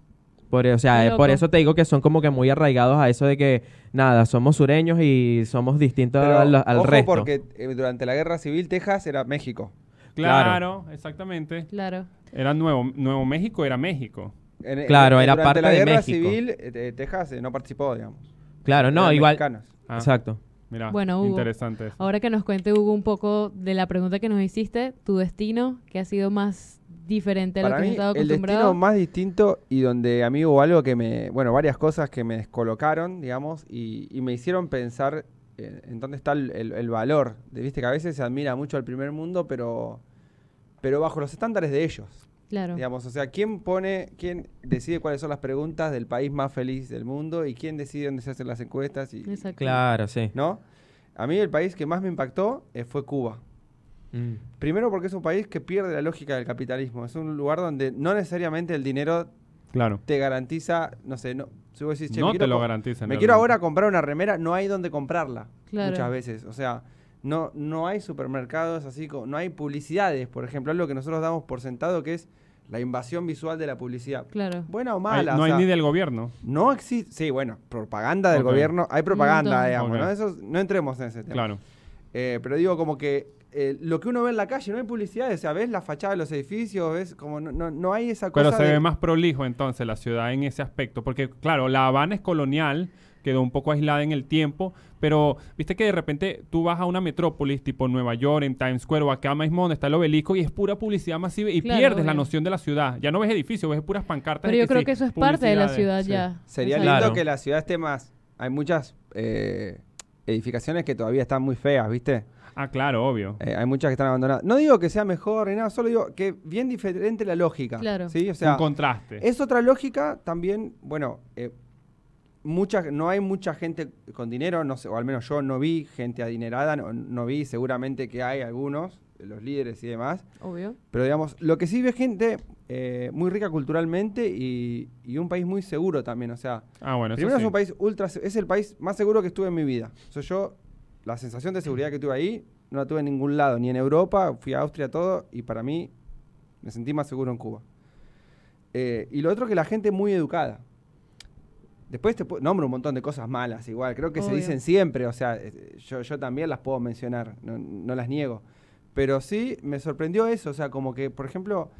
Speaker 1: Por, o
Speaker 2: Qué
Speaker 1: sea, eh,
Speaker 2: loco.
Speaker 1: por eso te digo que son como que muy arraigados a eso de que, nada, somos sureños y somos distintos
Speaker 4: Pero,
Speaker 1: al, al
Speaker 4: ojo
Speaker 1: resto.
Speaker 4: porque eh, durante la guerra civil Texas era México.
Speaker 3: Claro, exactamente.
Speaker 2: Claro.
Speaker 3: Era Nuevo, Nuevo México, era México.
Speaker 4: En- en-
Speaker 1: Claro, era
Speaker 4: durante
Speaker 1: parte
Speaker 4: la
Speaker 1: de
Speaker 4: guerra
Speaker 1: México.
Speaker 4: civil eh, eh, Texas eh, no participó, digamos.
Speaker 1: Claro, no,
Speaker 4: Eran
Speaker 1: igual.
Speaker 4: mexicanos.
Speaker 3: Ah,
Speaker 1: Exacto.
Speaker 3: Mira,
Speaker 2: Bueno, Hugo.
Speaker 3: interesante eso.
Speaker 2: Ahora que nos cuente Hugo un poco de la pregunta que nos hiciste, tu destino, que ha sido más diferente a lo
Speaker 4: Para
Speaker 2: que has
Speaker 4: mí,
Speaker 2: estado
Speaker 4: el
Speaker 2: acostumbrado.
Speaker 4: destino más distinto y donde a mí hubo algo que me. Bueno, varias cosas que me descolocaron, digamos, y, y me hicieron pensar eh, en dónde está el, el- el valor. de- Viste que a veces se admira mucho al primer mundo, pero, pero bajo los estándares de ellos.
Speaker 2: Claro.
Speaker 4: Digamos, o sea, ¿quién pone, quién decide cuáles son las preguntas del país más feliz del mundo y quién decide dónde se hacen las encuestas? Y,
Speaker 2: Exacto.
Speaker 1: Claro, sí.
Speaker 4: ¿No? A mí el país que más me impactó eh, fue Cuba.
Speaker 1: Mm.
Speaker 4: Primero porque es un país que pierde la lógica del capitalismo. Es un lugar donde no necesariamente el dinero
Speaker 3: Claro.
Speaker 4: te garantiza, no sé, no, si vos decís, che,
Speaker 3: no
Speaker 4: me
Speaker 3: te
Speaker 4: quiero
Speaker 3: lo
Speaker 4: co-
Speaker 3: garantizan.
Speaker 4: Me quiero
Speaker 3: realmente.
Speaker 4: ahora comprar una remera, no hay dónde comprarla
Speaker 2: Claro.
Speaker 4: muchas veces. O sea, no, no hay supermercados así, co- no hay publicidades, por ejemplo, algo que nosotros damos por sentado que es la invasión visual de la publicidad.
Speaker 2: Claro.
Speaker 4: Buena o
Speaker 3: Hay-
Speaker 4: mala.
Speaker 3: no
Speaker 4: o
Speaker 3: hay
Speaker 4: sea, Este
Speaker 3: ni del gobierno.
Speaker 4: no existe. Sí, bueno, propaganda del
Speaker 3: Ok.
Speaker 4: gobierno. Hay propaganda,
Speaker 2: montón.
Speaker 4: digamos,
Speaker 3: Ok.
Speaker 4: ¿no? Eso, es- no entremos en ese tema.
Speaker 3: Claro.
Speaker 4: Eh, pero digo, como que eh, lo que uno ve en la calle, no hay publicidad. O sea, ves la fachada de los edificios, ves como no, no, no hay esa cosa.
Speaker 3: Pero se
Speaker 4: de-
Speaker 3: ve más prolijo entonces la ciudad en ese aspecto, porque claro, La Habana es colonial, quedó un poco aislada en el tiempo, pero viste que de repente tú vas a una metrópolis tipo Nueva York, en Times Square o acá mismo donde está el obelisco y es pura publicidad masiva y
Speaker 2: Claro,
Speaker 3: pierdes la
Speaker 2: obvio.
Speaker 3: noción de la ciudad. Ya no ves edificios, ves puras pancartas.
Speaker 2: Pero
Speaker 3: de
Speaker 2: yo creo
Speaker 3: sí,
Speaker 2: que eso es parte de la ciudad
Speaker 3: publicidades, sí.
Speaker 2: ya.
Speaker 4: Sería
Speaker 2: Exacto.
Speaker 4: lindo
Speaker 1: Claro.
Speaker 4: que la ciudad esté más. Hay muchas eh, edificaciones que todavía están muy feas, ¿viste?
Speaker 3: Ah, claro, obvio.
Speaker 4: Eh, hay muchas que están abandonadas. No digo que sea mejor ni nada, solo digo que bien diferente la lógica.
Speaker 2: Claro.
Speaker 4: ¿sí? O sea,
Speaker 3: un contraste.
Speaker 4: Es otra lógica también, bueno, eh, mucha- no hay mucha gente con dinero, no sé, o al menos yo no vi gente adinerada, no, no vi, seguramente que hay algunos, los líderes y demás,
Speaker 2: Obvio.
Speaker 4: pero digamos, lo que sí ve gente eh, muy rica culturalmente y, y un país muy seguro también, o sea,
Speaker 3: ah, bueno, eso
Speaker 4: primero
Speaker 3: sí.
Speaker 4: es un país ultra, se- es el país más seguro que estuve en mi vida. O sea, yo, la sensación de seguridad que tuve ahí, no la tuve en ningún lado, ni en Europa, fui a Austria, todo, y para mí me sentí más seguro en Cuba. Eh, y lo otro que la gente muy educada. Después te pu- nombro un montón de cosas malas, igual, creo que se
Speaker 2: Obvio.
Speaker 4: dicen siempre, o sea, eh, yo, yo también las puedo mencionar, no, no las niego. Pero sí me sorprendió eso, o sea, como que, por ejemplo,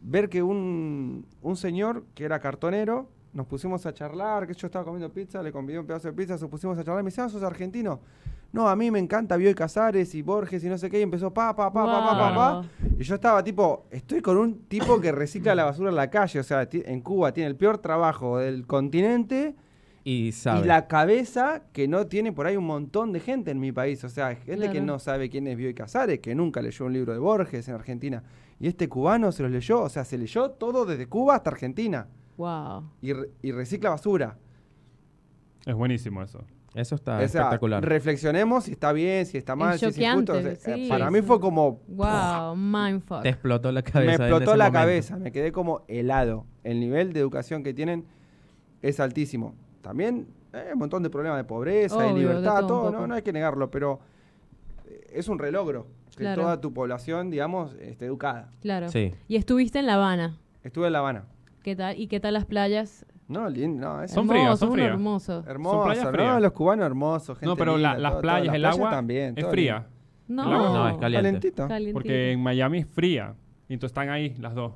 Speaker 4: ver que un, un señor que era cartonero, nos pusimos a charlar, que yo estaba comiendo pizza, le convidé un pedazo de pizza, nos pusimos a charlar, y me dice, ah, sos argentino. No, a mí me encanta Bioy Casares y Borges y no sé qué, y empezó pa, pa, pa, pa, pa, pa, pa.
Speaker 2: Wow.
Speaker 4: Y yo estaba tipo, estoy con un tipo que recicla la basura en la calle, o sea, ti- en Cuba tiene el peor trabajo del continente
Speaker 1: Y sabe.
Speaker 4: y la cabeza que no tiene por ahí un montón de gente en mi país. O sea, gente que
Speaker 2: Claro.
Speaker 4: no sabe quién es Bioy Casares, que nunca leyó un libro de Borges en Argentina. Y este cubano se los leyó, o sea, se leyó todo desde Cuba hasta Argentina.
Speaker 2: Wow.
Speaker 4: Y, re- y recicla basura.
Speaker 3: Es buenísimo eso.
Speaker 1: Eso está
Speaker 4: o sea,
Speaker 1: espectacular.
Speaker 4: reflexionemos si está bien, si está mal,
Speaker 2: Es
Speaker 4: si es injusto. O sea,
Speaker 2: choqueante,
Speaker 4: eh,
Speaker 2: sí,
Speaker 4: para
Speaker 2: sí.
Speaker 4: mí fue como...
Speaker 2: Wow. Mindfuck.
Speaker 1: Te explotó la cabeza.
Speaker 4: Me
Speaker 1: en
Speaker 4: explotó
Speaker 1: ese
Speaker 4: la
Speaker 1: momento.
Speaker 4: cabeza, me quedé como helado. El nivel de educación que tienen es altísimo. También hay un montón de problemas de pobreza,
Speaker 2: Obvio,
Speaker 4: de
Speaker 2: de
Speaker 4: libertad,
Speaker 2: todo un
Speaker 4: todo,
Speaker 2: poco.
Speaker 4: no, no hay que negarlo, pero eh, es un relogro que
Speaker 2: Claro.
Speaker 4: toda tu población, digamos, esté educada.
Speaker 2: Claro.
Speaker 1: Sí.
Speaker 2: Y estuviste en La Habana.
Speaker 4: Estuve en La Habana.
Speaker 2: ¿Qué tal? ¿Y qué tal las playas?
Speaker 4: No, lindo, no, es
Speaker 3: Son frías,
Speaker 2: Hermoso,
Speaker 3: son
Speaker 2: uno
Speaker 3: frías.
Speaker 2: hermoso.
Speaker 4: hermoso,
Speaker 3: playas
Speaker 4: ¿no?
Speaker 3: frías.
Speaker 4: Los cubanos hermosos, gente
Speaker 3: No, pero la-
Speaker 4: linda,
Speaker 3: las
Speaker 4: todo, todo.
Speaker 3: playas, el agua
Speaker 4: también,
Speaker 3: es
Speaker 4: todo
Speaker 3: fría.
Speaker 2: No,
Speaker 4: lindo.
Speaker 3: No,
Speaker 1: No, es caliente.
Speaker 4: Calentito.
Speaker 2: Calientito.
Speaker 3: Porque en Miami es fría. Y entonces están ahí las dos.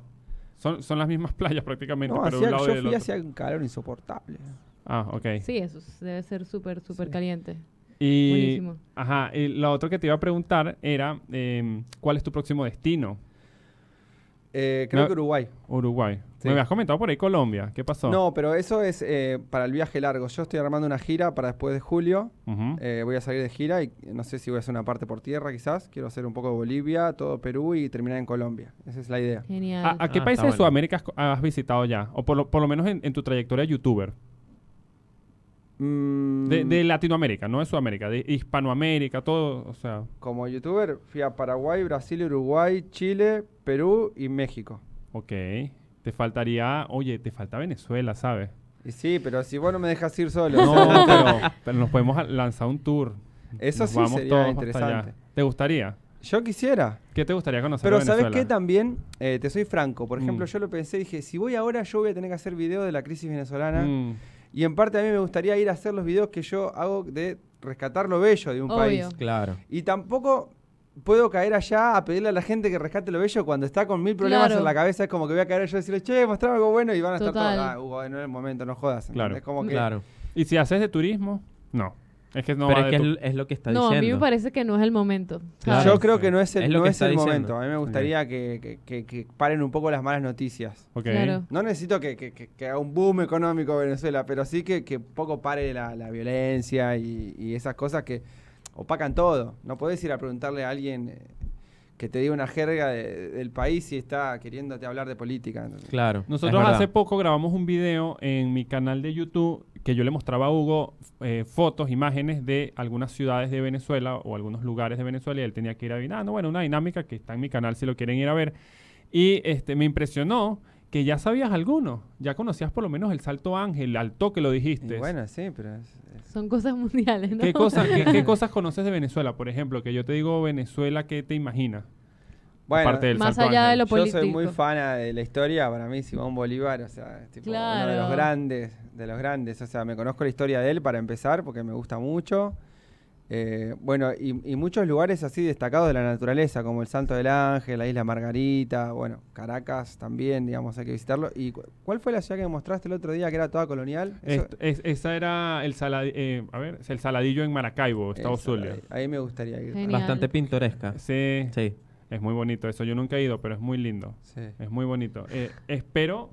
Speaker 3: Son, son las mismas playas prácticamente,
Speaker 4: No,
Speaker 3: pero de
Speaker 4: hacía,
Speaker 3: un lado y
Speaker 4: yo
Speaker 3: del
Speaker 4: fui
Speaker 3: otro.
Speaker 4: hacía un calor insoportable.
Speaker 3: Ah, ok.
Speaker 2: Sí, eso s- debe ser súper, súper
Speaker 4: Sí.
Speaker 2: caliente.
Speaker 3: Y,
Speaker 2: Buenísimo.
Speaker 3: Ajá. Y lo otro que te iba a preguntar era, em, ¿cuál es tu próximo destino?
Speaker 4: Eh, creo
Speaker 3: No.
Speaker 4: que Uruguay.
Speaker 3: Uruguay.
Speaker 4: Sí.
Speaker 3: Me habías comentado por ahí Colombia. ¿Qué pasó?
Speaker 4: No, pero eso es eh, para el viaje largo. Yo estoy armando una gira para después de julio.
Speaker 3: Ujú.
Speaker 4: Eh, voy a salir de gira y no sé si voy a hacer una parte por tierra, quizás. Quiero hacer un poco de Bolivia, todo Perú y terminar en Colombia. Esa es la idea.
Speaker 2: Genial.
Speaker 3: ¿A, a qué
Speaker 1: Ah,
Speaker 3: países
Speaker 1: está
Speaker 3: de
Speaker 1: bueno.
Speaker 3: Sudamérica has, co- has visitado ya? O por lo, por lo menos en, en tu trayectoria youtuber.
Speaker 4: Mm,
Speaker 3: De, de Latinoamérica, no de Sudamérica, de Hispanoamérica, todo. O sea,
Speaker 4: Como youtuber fui a Paraguay, Brasil, Uruguay, Chile, Perú y México.
Speaker 3: ok. Te faltaría, oye, te falta Venezuela, ¿sabes?
Speaker 4: Y sí, pero si vos no me dejas ir solo. o sea,
Speaker 3: No, pero, pero nos podemos a- lanzar un tour.
Speaker 4: Eso
Speaker 3: Nos
Speaker 4: sí sería
Speaker 3: todos hasta
Speaker 4: interesante.
Speaker 3: allá. ¿Te gustaría?
Speaker 4: Yo quisiera.
Speaker 3: ¿Qué te gustaría conocer?
Speaker 4: Pero
Speaker 3: de
Speaker 4: ¿sabes qué
Speaker 3: Venezuela?
Speaker 4: también? Eh, te soy franco. Por ejemplo,
Speaker 3: Mm.
Speaker 4: yo lo pensé y dije, si voy ahora yo voy a tener que hacer videos de la crisis venezolana.
Speaker 3: Mm,
Speaker 4: Y en parte a mí me gustaría ir a hacer los videos que yo hago de rescatar lo bello de un
Speaker 2: Obvio.
Speaker 4: país.
Speaker 1: Claro.
Speaker 4: Y tampoco puedo caer allá a pedirle a la gente que rescate lo bello cuando está con mil problemas
Speaker 2: Claro.
Speaker 4: en la cabeza. Es como que voy a caer yo y decirle, che, mostrame algo bueno y van a estar
Speaker 2: Total.
Speaker 4: todos. Ah, Hugo, no es el momento, no jodas. ¿entendés?
Speaker 3: Claro.
Speaker 4: Como que,
Speaker 1: Claro.
Speaker 3: ¿Y si haces de turismo? No. Es que no
Speaker 1: Pero
Speaker 3: va
Speaker 1: es
Speaker 3: de
Speaker 1: que es,
Speaker 3: tu-
Speaker 1: l- es lo que está
Speaker 2: no, a
Speaker 1: diciendo.
Speaker 2: mí me parece que no es el momento.
Speaker 1: Claro.
Speaker 4: Yo creo que no es el,
Speaker 1: Es lo
Speaker 4: no
Speaker 1: que
Speaker 4: es
Speaker 1: está
Speaker 4: el
Speaker 1: diciendo.
Speaker 4: momento. A mí me gustaría que- que- que- que paren un poco las malas noticias.
Speaker 3: Ok.
Speaker 2: Claro.
Speaker 4: No necesito que, que- que- que haga un boom económico Venezuela, pero sí que, que poco pare la, la violencia y, y esas cosas que opacan todo. No podés ir a preguntarle a alguien eh, que te diga una jerga de- del país si está queriéndote hablar de política.
Speaker 1: Claro.
Speaker 3: Nosotros
Speaker 1: es verdad.
Speaker 3: hace poco grabamos un video en mi canal de YouTube que yo le mostraba a Hugo eh, fotos, imágenes de algunas ciudades de Venezuela o algunos lugares de Venezuela y él tenía que ir adivinando. Bueno, una dinámica que está en mi canal si lo quieren ir a ver. Y este, me impresionó que ya sabías algunos, ya conocías por lo menos el Salto Ángel, al toque lo
Speaker 4: Y
Speaker 3: dijiste.
Speaker 4: bueno, sí, pero es- es-
Speaker 2: Son cosas mundiales, ¿no?
Speaker 3: ¿Qué, cosas, qué, qué cosas conoces de Venezuela? Por ejemplo, que yo te digo Venezuela, ¿qué te imaginas?
Speaker 4: bueno.
Speaker 3: Aparte del
Speaker 2: Más
Speaker 3: Salto
Speaker 2: allá de
Speaker 3: Ángel.
Speaker 2: lo
Speaker 4: Yo soy muy
Speaker 2: político.
Speaker 4: fana de la historia, para mí Simón Bolívar, o sea, es tipo uno de los
Speaker 2: Claro.
Speaker 4: grandes, de los grandes, o sea, me conozco la historia de él para empezar, porque me gusta mucho. Eh, bueno, y, y muchos lugares así destacados de la naturaleza, como el Santo del Ángel, la Isla Margarita, bueno, Caracas también, digamos, hay que visitarlo. ¿Y cu- cuál fue la ciudad que me mostraste el otro día que era toda colonial? Eso-
Speaker 3: Est- es- esa era el, saladi- eh, a ver, es el Saladillo en Maracaibo, Estados
Speaker 4: eso,
Speaker 3: Unidos.
Speaker 4: ahí, ahí me gustaría ir.
Speaker 2: Genial.
Speaker 1: Bastante pintoresca.
Speaker 3: Sí,
Speaker 1: Sí.
Speaker 3: es muy bonito eso. Yo nunca he ido, pero es muy lindo.
Speaker 4: Sí.
Speaker 3: Es muy bonito. Eh, espero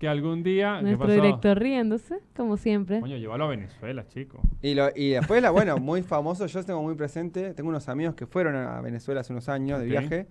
Speaker 3: que algún día... Ah, ¿qué
Speaker 2: Nuestro
Speaker 3: pasó?
Speaker 2: director riéndose, como siempre.
Speaker 3: Coño, llévalo a Venezuela, chico.
Speaker 4: Y, lo- y después, la, bueno, muy famoso, yo tengo muy presente, tengo unos amigos que fueron a Venezuela hace unos años
Speaker 3: Ok.
Speaker 4: de viaje,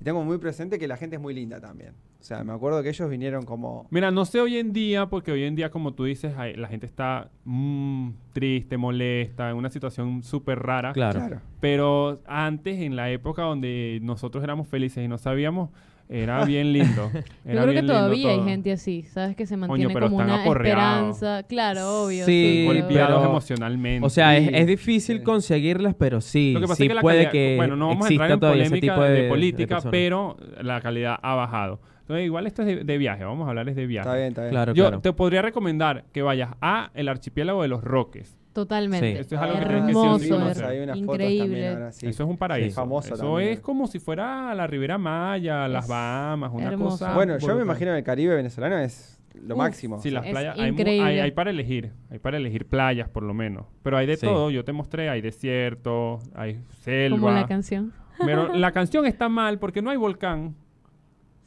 Speaker 4: y tengo muy presente que la gente es muy linda también. O sea, me acuerdo que ellos vinieron como...
Speaker 3: Mira, no sé hoy en día, porque hoy en día, como tú dices, hay- la gente está mm, triste, molesta, en una situación súper rara.
Speaker 1: Claro.
Speaker 3: Pero antes, en la época donde nosotros éramos felices y no sabíamos, era bien lindo.
Speaker 2: Yo
Speaker 3: Era
Speaker 2: creo
Speaker 3: bien
Speaker 2: que
Speaker 3: lindo
Speaker 2: todavía hay
Speaker 3: todo.
Speaker 2: gente así, ¿sabes? Que se mantiene
Speaker 3: pero
Speaker 2: como
Speaker 3: están
Speaker 2: una
Speaker 3: aporreados.
Speaker 2: esperanza. Claro, obvio.
Speaker 1: Sí,
Speaker 2: pero-
Speaker 3: golpeados
Speaker 1: pero-
Speaker 3: emocionalmente.
Speaker 1: O sea, es,
Speaker 4: Sí.
Speaker 1: es difícil conseguirlas, pero sí.
Speaker 3: Lo que pasa
Speaker 1: sí
Speaker 3: es que la
Speaker 1: puede
Speaker 3: calidad-
Speaker 1: que
Speaker 3: bueno, no vamos a
Speaker 1: exista
Speaker 3: entrar en
Speaker 1: todavía ese
Speaker 3: polémica
Speaker 1: tipo de,
Speaker 3: de,
Speaker 1: de
Speaker 3: política,
Speaker 1: personas.
Speaker 3: pero la calidad ha bajado. Entonces, igual esto es de, de viaje, vamos a hablar es de viaje.
Speaker 4: Está bien, está bien.
Speaker 1: Claro,
Speaker 3: Yo
Speaker 1: claro.
Speaker 3: te podría recomendar que vayas a el archipiélago de los Roques.
Speaker 2: Totalmente.
Speaker 1: Sí.
Speaker 3: Esto es algo que tienes que sí o sí
Speaker 2: hermoso,
Speaker 3: conocer.
Speaker 2: her-
Speaker 4: Ah, Hay unas fotos también
Speaker 2: increíble.
Speaker 4: ahora, sí.
Speaker 3: Eso es un paraíso.
Speaker 1: Sí,
Speaker 4: famoso
Speaker 3: Eso
Speaker 4: también.
Speaker 3: es como si fuera la Riviera Maya, las
Speaker 2: Es
Speaker 3: Bahamas, una
Speaker 2: hermoso.
Speaker 3: cosa.
Speaker 4: Bueno, yo me
Speaker 3: brutal.
Speaker 4: imagino que el Caribe venezolano es lo
Speaker 2: Uf,
Speaker 4: máximo.
Speaker 3: Sí,
Speaker 4: o sea,
Speaker 3: las
Speaker 2: Es
Speaker 3: playas. Hay, mu- hay,
Speaker 2: increíble.
Speaker 3: hay para elegir. Hay para elegir playas, por lo menos. Pero hay de
Speaker 1: Sí.
Speaker 3: todo. Yo te mostré. Hay desierto, hay selva.
Speaker 2: Como la canción.
Speaker 3: Pero la canción está mal porque no hay volcán.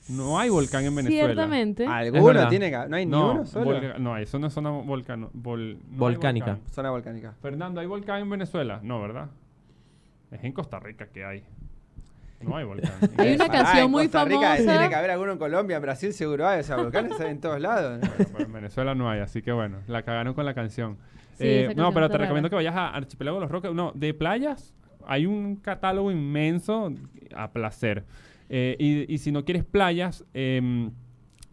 Speaker 3: No hay volcán en Venezuela.
Speaker 2: Ciertamente.
Speaker 4: Alguno
Speaker 1: verdad.
Speaker 4: tiene que... No hay ni
Speaker 3: No,
Speaker 4: uno solo.
Speaker 3: volca- no, eso no es zona volcano, vol- no hay
Speaker 1: Volcánica.
Speaker 3: volcán.
Speaker 4: Zona volcánica.
Speaker 3: Fernando, ¿hay volcán en Venezuela? No, ¿verdad? Es en Costa Rica que hay. No hay volcán.
Speaker 2: Hay una
Speaker 4: Pará,
Speaker 2: canción
Speaker 4: en
Speaker 2: muy
Speaker 4: Costa Rica
Speaker 2: famosa.
Speaker 4: Tiene que haber alguno en Colombia, en Brasil seguro hay. O sea, volcanes hay en todos lados.
Speaker 3: Bueno, pero en Venezuela no hay, así que bueno, la cagaron con la canción.
Speaker 2: Sí,
Speaker 3: Eh,
Speaker 2: esa
Speaker 3: no,
Speaker 2: canción
Speaker 3: pero
Speaker 2: está
Speaker 3: te
Speaker 2: rara.
Speaker 3: recomiendo que vayas a Archipiélago de los Roques. No, de playas hay un catálogo inmenso a placer. Eh, y, y si no quieres playas, em,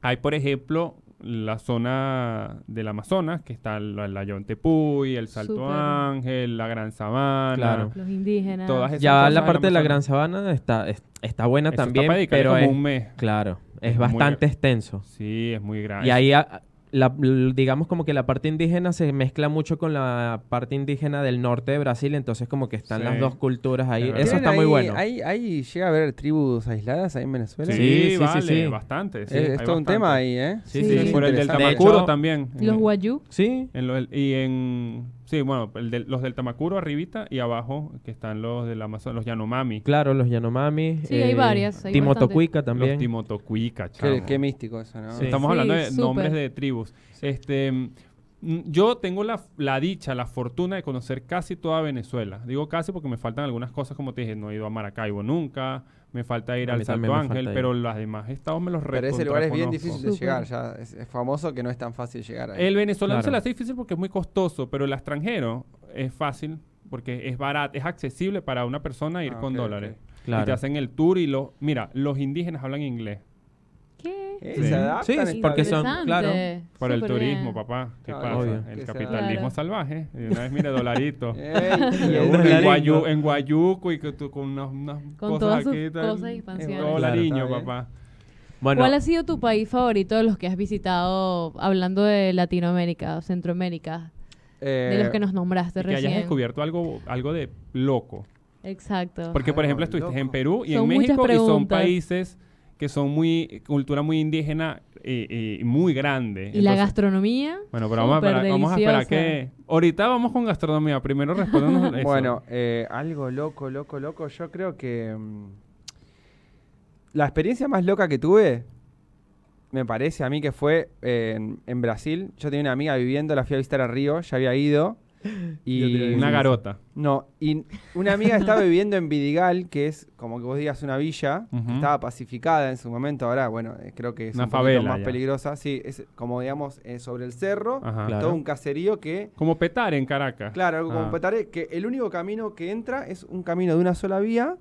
Speaker 3: hay por ejemplo la zona del Amazonas, que está la, la Yontepuy, el Salto
Speaker 2: Súper.
Speaker 3: Ángel, la Gran Sabana.
Speaker 1: Claro.
Speaker 2: Los indígenas.
Speaker 3: Todas esas
Speaker 1: Ya
Speaker 3: cosas
Speaker 1: la
Speaker 3: del
Speaker 1: parte de la
Speaker 3: Amazonas.
Speaker 1: Gran Sabana está, es- está buena
Speaker 3: Eso
Speaker 1: también,
Speaker 3: está para dedicarle
Speaker 1: pero
Speaker 3: como
Speaker 1: es,
Speaker 3: un mes.
Speaker 1: claro, es,
Speaker 3: Es muy
Speaker 1: bastante extenso.
Speaker 3: Sí, es muy
Speaker 4: Ah,
Speaker 3: grande.
Speaker 1: Y ahí, a- la- l- digamos como que la parte indígena se mezcla mucho con la parte indígena del norte de Brasil, entonces como que están
Speaker 3: Sí.
Speaker 1: las dos culturas ahí.
Speaker 3: Es
Speaker 1: Eso
Speaker 3: verdad.
Speaker 1: está
Speaker 4: ¿Tienen
Speaker 1: muy
Speaker 4: ahí-
Speaker 1: bueno.
Speaker 4: Ahí, ahí llega a haber tribus aisladas ahí en Venezuela.
Speaker 3: Sí,
Speaker 1: Sí, sí, sí,
Speaker 3: vale,
Speaker 1: sí.
Speaker 3: bastante. sí,
Speaker 4: es
Speaker 3: hay
Speaker 4: es todo un
Speaker 3: bastante.
Speaker 4: tema ahí, ¿eh?
Speaker 1: Sí,
Speaker 2: Sí,
Speaker 3: Sí,
Speaker 2: sí.
Speaker 3: por el del
Speaker 4: interesante.
Speaker 1: De
Speaker 3: Tamacuro
Speaker 1: hecho,
Speaker 3: también. Eh, en
Speaker 2: Los
Speaker 3: el-
Speaker 2: guayú.
Speaker 1: Sí,
Speaker 3: en lo del- y en... Sí, bueno, el de- los del Tamacuro arribita y abajo que están los del Amazonas, los Yanomami.
Speaker 1: claro, los Yanomami. eh,
Speaker 2: Sí, hay varias, hay
Speaker 1: Timotocuica
Speaker 3: Los
Speaker 1: también.
Speaker 3: Timotocuica, chamo.
Speaker 4: Qué, qué místico eso, ¿no?
Speaker 1: Sí.
Speaker 3: Estamos
Speaker 2: Sí,
Speaker 3: hablando de
Speaker 2: súper.
Speaker 3: nombres de tribus. Este, mm, yo tengo la, la dicha, la fortuna de conocer casi toda Venezuela. Digo casi porque me faltan algunas cosas, como te dije, no he ido a Maracaibo nunca, me falta ir
Speaker 1: A
Speaker 3: al
Speaker 1: mí
Speaker 3: Salto
Speaker 1: también me falta
Speaker 3: Ángel,
Speaker 1: ir.
Speaker 3: pero los demás estados me los
Speaker 4: Pero ese lugar es bien
Speaker 3: recontraconozco.
Speaker 4: difícil de
Speaker 2: Súper.
Speaker 4: llegar, ya es, es famoso que no es tan fácil llegar ahí.
Speaker 3: El venezolano se
Speaker 1: Claro.
Speaker 3: le hace difícil porque es muy costoso, pero el extranjero es fácil porque es barato, es accesible para una persona ir
Speaker 4: Ah,
Speaker 3: con
Speaker 4: ok,
Speaker 3: dólares.
Speaker 4: ok.
Speaker 3: Y te
Speaker 1: Claro.
Speaker 3: hacen el tour y los... Mira, los indígenas hablan inglés
Speaker 2: ¿Qué?
Speaker 4: Eh,
Speaker 3: Sí.
Speaker 4: se
Speaker 3: Sí,
Speaker 4: adaptan,
Speaker 1: sí,
Speaker 4: está
Speaker 1: porque
Speaker 4: bien.
Speaker 1: son- claro,
Speaker 3: por el
Speaker 2: Súper
Speaker 3: turismo,
Speaker 2: bien.
Speaker 3: papá. ¿Qué
Speaker 4: Claro,
Speaker 3: pasa?
Speaker 1: obvio.
Speaker 4: Que
Speaker 3: El
Speaker 4: se
Speaker 3: capitalismo
Speaker 2: adapta.
Speaker 3: salvaje. Y una vez, mira, dolarito.
Speaker 4: Ey, y
Speaker 3: Y
Speaker 4: el-
Speaker 3: uno en,
Speaker 1: Dolarinho.
Speaker 3: Guayu- en Guayuco y que tú- con unas, unas
Speaker 2: Con
Speaker 3: cosas
Speaker 2: todas sus
Speaker 3: aquí. tal.
Speaker 2: cosas expansiones.
Speaker 4: Claro,
Speaker 3: Dolariño,
Speaker 4: está bien.
Speaker 3: papá.
Speaker 1: Bueno,
Speaker 2: ¿Cuál ha sido tu país favorito de los que has visitado, hablando de Latinoamérica o Centroamérica, de los
Speaker 4: Eh,
Speaker 2: que nos nombraste
Speaker 3: Y que hayas
Speaker 2: recién?
Speaker 3: descubierto algo, algo de loco.
Speaker 2: Exacto.
Speaker 3: Porque, por
Speaker 4: Algo
Speaker 3: ejemplo, estuviste en
Speaker 4: loco.
Speaker 3: Perú y en
Speaker 2: Son muchas
Speaker 3: México y son
Speaker 2: preguntas.
Speaker 3: países que son muy... Cultura muy indígena y, y muy grande.
Speaker 2: Y la
Speaker 3: Entonces,
Speaker 2: gastronomía.
Speaker 3: Bueno, pero vamos a,
Speaker 2: Súper
Speaker 3: esperar, vamos a esperar
Speaker 2: deliciosa.
Speaker 3: que... Ahorita vamos con gastronomía. Primero respondemos eso.
Speaker 4: Bueno, eh, algo loco, loco, loco. Yo creo que mm, la experiencia más loca que tuve, me parece a mí que fue eh, en, en Brasil. Yo tenía una amiga viviendo, la fui a visitar a Río, ya había ido. Y
Speaker 3: Una garota.
Speaker 4: No, y una amiga estaba viviendo en Vidigal, que es como que vos digas una villa, que
Speaker 3: Ujú.
Speaker 4: estaba pacificada en su momento, ahora, bueno, eh, creo que es
Speaker 3: Una
Speaker 4: un poquito
Speaker 3: favela
Speaker 4: más
Speaker 3: ya.
Speaker 4: peligrosa, sí, es como digamos eh, sobre el cerro,
Speaker 3: Ajá.
Speaker 1: Claro.
Speaker 4: todo un caserío que,
Speaker 3: Como petar en Caracas.
Speaker 4: claro, algo como
Speaker 3: Ah.
Speaker 4: Petare, que el único camino que entra es un camino de una sola vía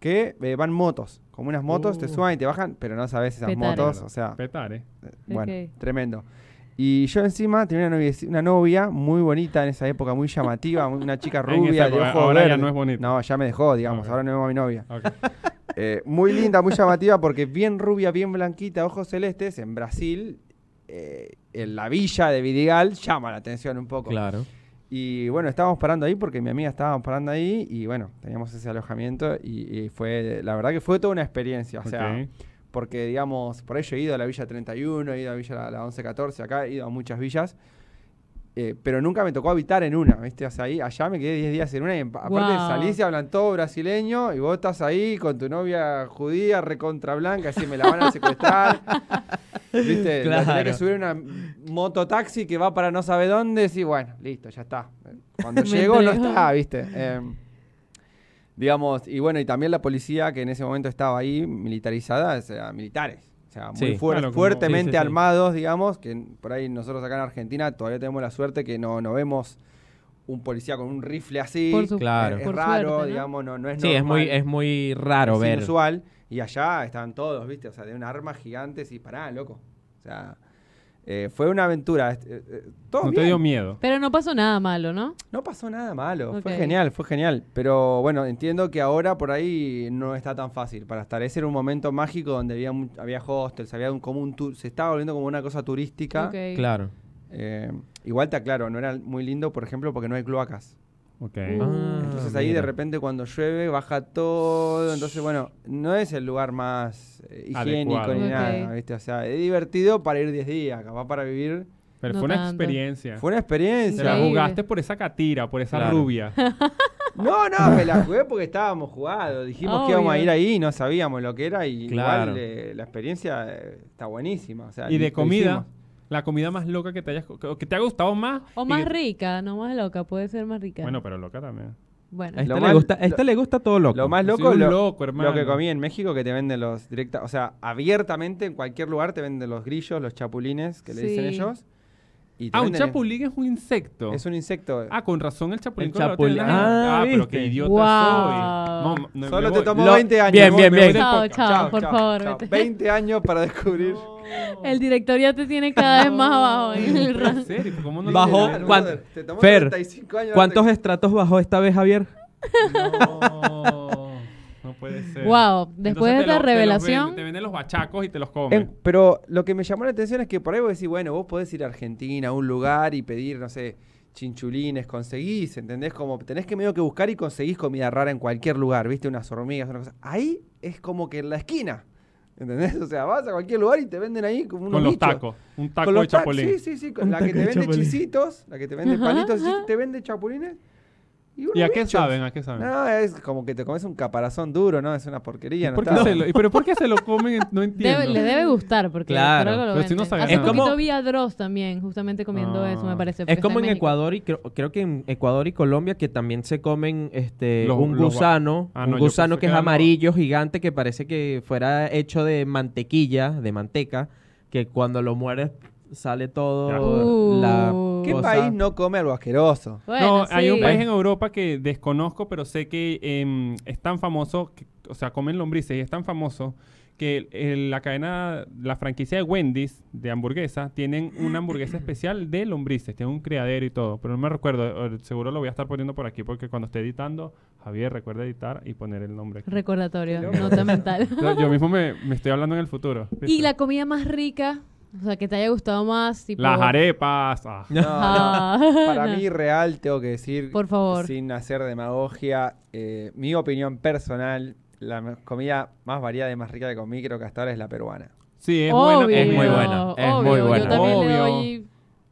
Speaker 4: que eh, van motos, como unas motos, te
Speaker 1: Uh.
Speaker 4: suban y te bajan, pero no sabes esas
Speaker 2: Petare.
Speaker 4: motos, o sea,
Speaker 3: Petar, ¿eh?
Speaker 4: bueno,
Speaker 2: Ok.
Speaker 4: tremendo. Y yo encima tenía una novia, una novia muy bonita en esa época, muy llamativa, muy- una chica
Speaker 3: En esa
Speaker 4: rubia, de
Speaker 3: época,
Speaker 4: ojos
Speaker 3: ahora ya
Speaker 4: verdes.
Speaker 3: no es bonita.
Speaker 4: No, ya me dejó, digamos,
Speaker 3: Ok.
Speaker 4: ahora no vemos a mi novia.
Speaker 3: Ok.
Speaker 4: Eh, muy linda, muy llamativa, porque bien rubia, bien blanquita, ojos celestes, en Brasil, eh, en la villa de Vidigal, llama la atención un poco.
Speaker 1: claro.
Speaker 4: Y bueno, estábamos parando ahí porque mi amiga estaba parando ahí y bueno, teníamos ese alojamiento y, y fue, la verdad que fue toda una experiencia, o sea...
Speaker 3: Ok.
Speaker 4: Porque, digamos, por ello he ido a la Villa 31, he ido a Villa la, la 1114, acá he ido a muchas villas. eh, pero nunca me tocó habitar en una, ¿viste? O sea, ahí, allá me quedé 10 días en una y en- aparte
Speaker 2: Guau.
Speaker 4: salís y hablan todo brasileño y vos estás ahí con tu novia judía, recontra blanca, así me la van a secuestrar. ¿Viste? La tenés que
Speaker 1: Claro.
Speaker 4: subir a una mototaxi que va para no sabe dónde, sí, bueno, listo, ya está. Cuando
Speaker 2: Me
Speaker 4: llego no
Speaker 2: entregó.
Speaker 4: está, ¿viste? Em, Digamos, y bueno, y también la policía que en ese momento estaba ahí militarizada, o sea, militares. O sea, muy
Speaker 1: Sí,
Speaker 4: fuer-
Speaker 3: claro, como-
Speaker 4: fuertemente
Speaker 1: Sí, sí, sí.
Speaker 4: armados, digamos, que n- por ahí nosotros acá en Argentina todavía tenemos la suerte que no, no vemos un policía con un rifle así.
Speaker 2: Por su-
Speaker 1: Claro.
Speaker 4: Es, es
Speaker 2: Por
Speaker 4: raro,
Speaker 2: suerte, ¿no?
Speaker 4: digamos, no, no es
Speaker 1: Sí, es muy,
Speaker 4: normal,
Speaker 1: es muy raro
Speaker 4: es
Speaker 1: ver.
Speaker 4: inusual. Y allá estaban todos, ¿viste? O sea, de un arma gigante, y pará, loco. O sea, eh, fue una aventura. Est- eh, eh, todo
Speaker 3: No te
Speaker 4: bien.
Speaker 3: dio miedo.
Speaker 2: Pero no pasó nada malo, ¿no?
Speaker 4: No pasó nada malo, fue
Speaker 2: Ok.
Speaker 4: genial, fue genial. Pero bueno, entiendo que ahora por ahí no está tan fácil para estar. Ese era un momento mágico donde había, mu- había hostels, había un, como un tu- se estaba volviendo como una cosa turística.
Speaker 2: Ok.
Speaker 1: Claro.
Speaker 4: Eh, igual te aclaro, no era muy lindo, por ejemplo, porque no hay cloacas.
Speaker 3: Ok.
Speaker 2: Uh.
Speaker 1: Ah,
Speaker 4: Entonces ahí de
Speaker 1: mira.
Speaker 4: repente cuando llueve baja todo. Entonces, bueno, no es el lugar más eh, higiénico
Speaker 3: Adecuado.
Speaker 4: ni
Speaker 2: Ok.
Speaker 4: nada, ¿viste? O sea, es divertido para ir 10 días, capaz para vivir.
Speaker 3: Pero
Speaker 2: No
Speaker 3: fue una
Speaker 2: tanto.
Speaker 3: experiencia.
Speaker 4: Fue una
Speaker 3: Te
Speaker 4: experiencia.
Speaker 3: la
Speaker 2: Increíble.
Speaker 3: jugaste por esa catira, por esa
Speaker 1: Claro.
Speaker 3: rubia.
Speaker 4: No, no, me la jugué porque estábamos jugados. Dijimos que íbamos a
Speaker 2: Obvio.
Speaker 4: ir ahí y no sabíamos lo que era. Y
Speaker 1: Claro.
Speaker 4: igual eh, la experiencia eh, está buenísima. o sea,
Speaker 3: y de
Speaker 4: lo
Speaker 3: comida,
Speaker 4: hicimos.
Speaker 3: la comida más loca que te hayas o que te ha gustado más.
Speaker 2: O
Speaker 3: y
Speaker 2: más
Speaker 3: que-
Speaker 2: rica, no más loca, puede ser más rica.
Speaker 3: Bueno, pero loca también.
Speaker 1: A
Speaker 2: Bueno.
Speaker 1: este,
Speaker 4: Lo
Speaker 1: le,
Speaker 4: mal-
Speaker 1: gusta, a este
Speaker 4: lo-
Speaker 1: le gusta todo loco.
Speaker 4: Lo más
Speaker 3: Yo soy
Speaker 4: loco
Speaker 3: un
Speaker 4: lo,
Speaker 3: loco, hermano.
Speaker 4: lo que comí en México que te venden los directa, o sea, abiertamente en cualquier lugar te venden los grillos, los chapulines que le dicen
Speaker 2: Sí.
Speaker 4: ellos. Y te
Speaker 3: Ah, un
Speaker 4: venden-
Speaker 3: chapulín es un insecto.
Speaker 4: Es un insecto.
Speaker 3: Ah, con razón el chapulín.
Speaker 1: El
Speaker 3: colorado tiene
Speaker 1: chapulín.
Speaker 3: la
Speaker 1: Ah,
Speaker 3: gente. pero
Speaker 1: ¿viste?
Speaker 3: qué idiota
Speaker 2: Wow.
Speaker 3: soy. No, me- me
Speaker 4: Solo te
Speaker 3: voy.
Speaker 4: tomó
Speaker 1: Lo-
Speaker 4: 20 años.
Speaker 1: Bien, bien,
Speaker 3: Me voy
Speaker 1: bien.
Speaker 3: del
Speaker 2: Chao,
Speaker 3: podcast.
Speaker 2: chao. por favor, vete.
Speaker 4: 20 años para descubrir.
Speaker 2: El director ya te tiene cada vez más abajo en el
Speaker 3: No,
Speaker 2: rango.
Speaker 3: en serio, ¿cómo no lo
Speaker 1: Bajó-
Speaker 3: entendí?
Speaker 1: ¿cuán-
Speaker 4: brother, te tomó
Speaker 1: Fer,
Speaker 4: 35 años
Speaker 1: ¿Cuántos
Speaker 4: darte-
Speaker 1: estratos bajó esta vez, Javier?
Speaker 3: No, no puede ser.
Speaker 2: Wow, después
Speaker 3: Entonces
Speaker 2: de
Speaker 3: te
Speaker 2: esta
Speaker 3: lo- te los
Speaker 2: revelación,
Speaker 3: venden- te venden los bachacos y te los comen.
Speaker 4: En- pero lo que me llamó la atención es que por ahí vos decís, bueno, vos podés ir a Argentina, a un lugar y pedir, no sé, chinchulines, conseguís, ¿entendés? Como tenés que medio que buscar y conseguís comida rara en cualquier lugar, ¿viste? Unas hormigas, una cosa. Ahí es como que en la esquina, ¿entendés? O sea, vas a cualquier lugar y te venden ahí como unos
Speaker 3: con los
Speaker 4: bichos.
Speaker 3: tacos. Un taco
Speaker 4: Con
Speaker 3: de
Speaker 4: los tacos,
Speaker 3: chapulín.
Speaker 4: Sí, sí, sí. con
Speaker 1: Un
Speaker 4: la que
Speaker 1: taco
Speaker 4: te
Speaker 1: de
Speaker 4: vende
Speaker 1: chapulín.
Speaker 4: chisitos, la que te vende
Speaker 2: Ajá,
Speaker 4: palitos,
Speaker 2: ajá.
Speaker 4: te vende chapulines.
Speaker 3: ¿Y
Speaker 4: Y, unos
Speaker 3: a qué
Speaker 4: bichos.
Speaker 3: saben? ¿A qué saben?
Speaker 4: No, es como que te comes un caparazón duro, ¿no? Es una
Speaker 3: ¿Y
Speaker 4: porquería. no
Speaker 3: por qué
Speaker 4: está-
Speaker 3: se lo- y ¿Pero por qué se lo comen? No entiendo.
Speaker 2: debe- le debe gustar porque
Speaker 1: Claro,
Speaker 2: creo que lo
Speaker 3: pero si no
Speaker 2: venden.
Speaker 3: sabe
Speaker 2: Hace
Speaker 1: nada. Es como-
Speaker 2: poquito vi a Dross también, justamente comiendo
Speaker 3: Ah.
Speaker 2: eso, me parece. porque
Speaker 1: Es
Speaker 2: está
Speaker 1: como en
Speaker 2: México.
Speaker 1: Ecuador y creo, creo que en Ecuador y Colombia que también se comen este
Speaker 3: Los-
Speaker 1: un
Speaker 3: los gua-
Speaker 1: gusano,
Speaker 3: Ah,
Speaker 1: un
Speaker 3: no, yo
Speaker 1: gusano
Speaker 3: pensé
Speaker 1: que
Speaker 3: que
Speaker 1: es
Speaker 3: eran los-
Speaker 1: amarillo gigante que parece que fuera hecho de mantequilla, de manteca, que cuando lo mueres sale todo
Speaker 2: Ya.
Speaker 1: la
Speaker 2: Uh.
Speaker 4: ¿Qué
Speaker 1: cosa.
Speaker 4: país no come algo asqueroso?
Speaker 2: Bueno,
Speaker 3: no, hay un
Speaker 2: sí.
Speaker 3: país en Europa que desconozco, pero sé que em, es tan famoso, que- o sea, comen lombrices y es tan famoso que el- la cadena, la franquicia de Wendy's de hamburguesas, tienen una hamburguesa especial de lombrices, tienen un criadero y todo, pero no me recuerdo, eh, seguro lo voy a estar poniendo por aquí porque cuando esté editando, Javier recuerda editar y poner el nombre. aquí.
Speaker 2: Recordatorio,
Speaker 4: Qué loco.
Speaker 2: nota mental.
Speaker 3: Yo, yo mismo me, me estoy hablando en el futuro.
Speaker 2: y
Speaker 3: ¿viste?
Speaker 2: la comida más rica, o sea, que te haya gustado más. Tipo,
Speaker 3: Las arepas. ah.
Speaker 4: No, no.
Speaker 2: Ah,
Speaker 4: Para
Speaker 2: no.
Speaker 4: mí, real, tengo que decir,
Speaker 2: Por favor.
Speaker 4: sin hacer demagogia, eh, mi opinión personal, la me- comida más variada y más rica que comí, creo que hasta ahora es la peruana.
Speaker 3: Sí, es
Speaker 2: Obvio,
Speaker 3: buena.
Speaker 1: Es muy buena. es muy
Speaker 2: obvio,
Speaker 1: buena.
Speaker 2: Yo también le
Speaker 3: Obvio.
Speaker 2: doy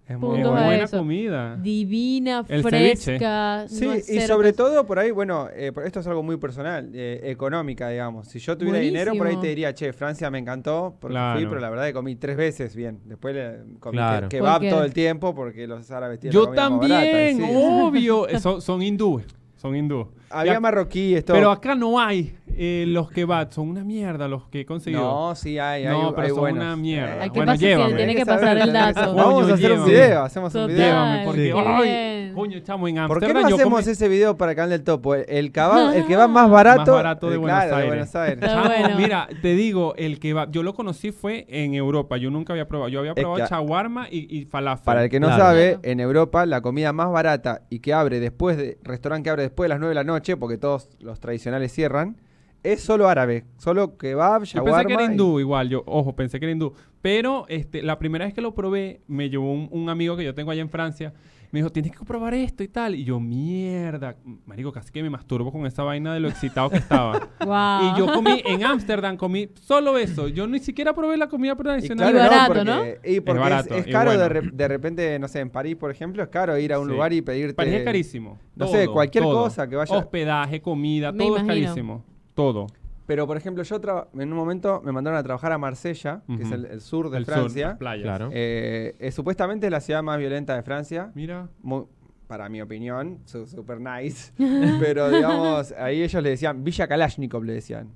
Speaker 4: Es
Speaker 3: Es
Speaker 4: muy
Speaker 2: Punto
Speaker 4: buena.
Speaker 2: a
Speaker 3: buena
Speaker 2: eso.
Speaker 3: comida.
Speaker 2: divina,
Speaker 3: El ceviche.
Speaker 2: fresca.
Speaker 4: Sí,
Speaker 2: no hay
Speaker 4: y
Speaker 2: cerdos.
Speaker 4: sobre todo por ahí, bueno, eh, por- esto es algo muy personal, eh, económica, digamos. Si yo tuviera dinero, por ahí
Speaker 2: Buenísimo.
Speaker 4: te diría, che, Francia me encantó porque fui,
Speaker 3: Claro.
Speaker 4: pero la verdad que comí tres veces bien. Después eh, comí
Speaker 1: Claro.
Speaker 4: que, kebab
Speaker 2: Porque-
Speaker 4: todo el tiempo porque los árabes tienen la
Speaker 3: Yo
Speaker 4: comida más barata,
Speaker 3: también,
Speaker 4: sí.
Speaker 3: obvio. Eh, son, son hindúes. Son hindúes. Y
Speaker 4: Había
Speaker 3: ac-
Speaker 4: marroquíes, todo.
Speaker 3: pero acá no hay eh, los kebabs. Son una mierda los que he conseguido.
Speaker 4: No, sí hay, hay,
Speaker 3: No, pero
Speaker 4: hay
Speaker 3: son
Speaker 4: buenos.
Speaker 3: una mierda.
Speaker 4: Eh,
Speaker 2: Hay que
Speaker 3: Bueno,
Speaker 2: pasar-
Speaker 3: llévame.
Speaker 2: Tiene que
Speaker 4: Tenés saber,
Speaker 2: pasar el
Speaker 4: tenés que
Speaker 2: dato.
Speaker 4: saber. Vamos
Speaker 3: Coño,
Speaker 4: a hacer un
Speaker 3: llévame.
Speaker 4: video, hacemos un video.
Speaker 2: Total.
Speaker 3: Llévame, porque.
Speaker 2: Sí.
Speaker 3: ¡Ay!
Speaker 2: Bien.
Speaker 3: Coño, chamo, en
Speaker 4: ¿Por qué
Speaker 3: Amsterdam
Speaker 4: no
Speaker 3: yo
Speaker 4: hacemos
Speaker 3: comí-
Speaker 4: ese video para Canal del Topo? El, el, kebab- el kebab más barato,
Speaker 3: Más barato de
Speaker 4: eh,
Speaker 3: Buenos
Speaker 4: claro,
Speaker 3: Aires.
Speaker 2: Está
Speaker 3: Chamo,
Speaker 2: bueno.
Speaker 3: Mira, te digo, el kebab. Yo lo conocí fue en Europa. Yo nunca había probado. Yo había
Speaker 4: que
Speaker 3: probado
Speaker 4: a-
Speaker 3: chaguarma y, y falafel.
Speaker 4: Para el que no
Speaker 1: Claro.
Speaker 4: sabe,
Speaker 2: Claro.
Speaker 4: en Europa la comida más barata y que abre después de restaurante que abre después de las 9 de la noche, porque todos los tradicionales cierran, es solo árabe, solo kebab,
Speaker 3: Yo pensé que
Speaker 4: shawarma.
Speaker 3: era
Speaker 4: y-
Speaker 3: hindú, igual, yo, ojo, pensé que era hindú. Pero este, la primera vez que lo probé, me llevó un, un amigo que yo tengo allá en Francia. Me dijo, tienes que probar esto y tal. Y yo, mierda, marico, casi que me masturbo con esa vaina de lo excitado que estaba.
Speaker 2: Wow.
Speaker 3: y yo comí en Ámsterdam, comí solo eso. Yo ni siquiera probé la comida
Speaker 4: y
Speaker 3: tradicional.
Speaker 4: claro,
Speaker 2: Y barato,
Speaker 4: porque,
Speaker 2: ¿no?
Speaker 4: Y porque es,
Speaker 3: barato,
Speaker 4: es
Speaker 3: y
Speaker 4: caro de,
Speaker 3: bueno.
Speaker 4: re- de repente, no sé, en París, por ejemplo, es caro ir a un
Speaker 3: Sí.
Speaker 4: lugar y pedirte...
Speaker 3: París es carísimo.
Speaker 4: este, No sé, cualquier cosa que vaya-
Speaker 3: Hospedaje, comida,
Speaker 2: Me
Speaker 3: todo es
Speaker 2: imagino.
Speaker 3: carísimo. Todo.
Speaker 4: Pero, por ejemplo, yo traba- en un momento me mandaron a trabajar a Marsella, que es
Speaker 3: Ujú.
Speaker 4: el, el sur de
Speaker 3: El sur,
Speaker 4: Francia.
Speaker 3: las playas.
Speaker 1: Claro.
Speaker 4: Eh, eh, supuestamente es la ciudad más violenta de Francia.
Speaker 3: Mira.
Speaker 4: Muy- para mi opinión, su- super nice. Pero digamos, ahí ellos le decían Villa Kalashnikov, le decían.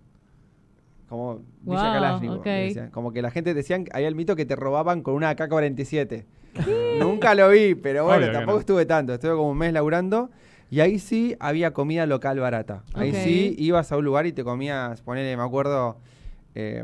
Speaker 4: Como Villa
Speaker 2: Wow,
Speaker 4: Kalashnikov. le
Speaker 2: ok.
Speaker 4: decían. Como que la gente decían, había el mito que te robaban con una AK-47. Nunca lo vi, pero bueno,
Speaker 3: Obvio que
Speaker 4: tampoco
Speaker 3: no.
Speaker 4: estuve tanto. Estuve como un mes laburando. Y ahí sí había comida local barata. Ahí
Speaker 2: Ok.
Speaker 4: sí ibas a un lugar y te comías, ponele, me acuerdo, eh,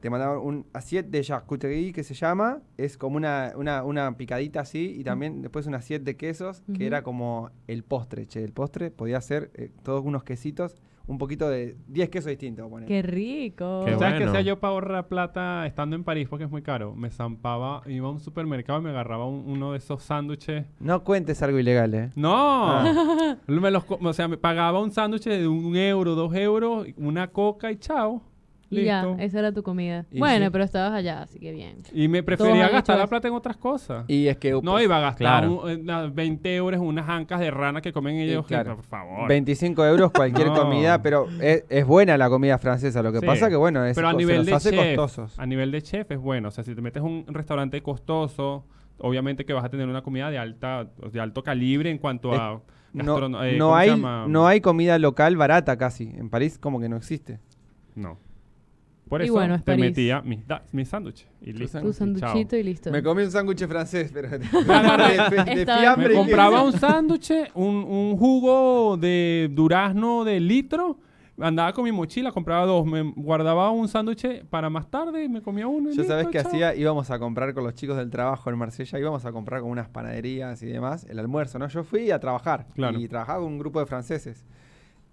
Speaker 4: te mandaban un asiet de charcuterie que se llama. Es como una, una, una picadita así y también después un asiet de quesos que
Speaker 2: Ujú.
Speaker 4: era como el postre, che. El postre podía ser eh, todos unos quesitos, un poquito de 10 quesos distintos, ponele.
Speaker 2: Qué rico.
Speaker 1: Qué
Speaker 3: ¿Sabes
Speaker 1: bueno.
Speaker 3: qué hacía yo para ahorrar plata estando en París? Porque es muy caro. Me zampaba, iba a un supermercado y me agarraba un- uno de esos sándwiches.
Speaker 4: No cuentes algo ilegal, eh.
Speaker 3: ¡No! Me los co- o sea, me pagaba un sándwich de un euro, dos euros, una coca y chao.
Speaker 2: Y ya,
Speaker 3: Listo.
Speaker 2: esa era tu comida.
Speaker 4: Y
Speaker 2: bueno,
Speaker 4: sí.
Speaker 2: pero estabas allá, así que bien.
Speaker 3: Y me
Speaker 2: Todos
Speaker 3: prefería
Speaker 2: han hecho
Speaker 3: gastar la
Speaker 2: eso.
Speaker 3: plata en otras cosas.
Speaker 4: Y es que
Speaker 3: no iba a gastar
Speaker 1: Claro.
Speaker 3: un- eh, na- 20 euros en unas ancas de rana que comen ellos.
Speaker 4: claro.
Speaker 3: Por favor.
Speaker 4: 25 uh, euros cualquier
Speaker 3: No.
Speaker 4: comida, pero es, es buena la comida francesa. Lo que
Speaker 3: Sí.
Speaker 4: pasa que, bueno, es,
Speaker 3: Pero a
Speaker 4: se
Speaker 3: nivel
Speaker 4: los
Speaker 3: de
Speaker 4: hace
Speaker 3: chef,
Speaker 4: costosos.
Speaker 3: a nivel de chef es bueno. O sea, si te metes a un restaurante costoso, obviamente que vas a tener una comida de alta, de alto calibre en cuanto
Speaker 4: Es-
Speaker 3: a
Speaker 4: No,
Speaker 3: gastrono- eh,
Speaker 4: no
Speaker 3: ¿cómo se
Speaker 4: hay,
Speaker 3: llama?
Speaker 4: no hay comida local barata casi. En París como que no existe.
Speaker 3: No. Por
Speaker 2: Y
Speaker 3: eso
Speaker 2: bueno, es
Speaker 3: te
Speaker 2: París.
Speaker 3: metía mis, da- mis sándwiches. Y listo.
Speaker 2: Tu
Speaker 3: y chao.
Speaker 2: sanduchito y listo.
Speaker 4: Me comí un sándwich francés, pero de, de- de
Speaker 2: Estaba-
Speaker 4: fiambre.
Speaker 3: Me
Speaker 4: y
Speaker 3: compraba
Speaker 4: queso.
Speaker 3: un sándwich, un, un jugo de durazno de litro. Andaba con mi mochila, compraba dos. Me guardaba un sándwich para más tarde y me comía uno. y
Speaker 4: Yo sabes
Speaker 3: listo,
Speaker 4: que
Speaker 3: chao.
Speaker 4: hacía, íbamos a comprar con los chicos del trabajo en Marsella, íbamos a comprar con unas panaderías y demás, el almuerzo, ¿no? Yo fui a trabajar
Speaker 3: Claro.
Speaker 4: y trabajaba con un grupo de franceses.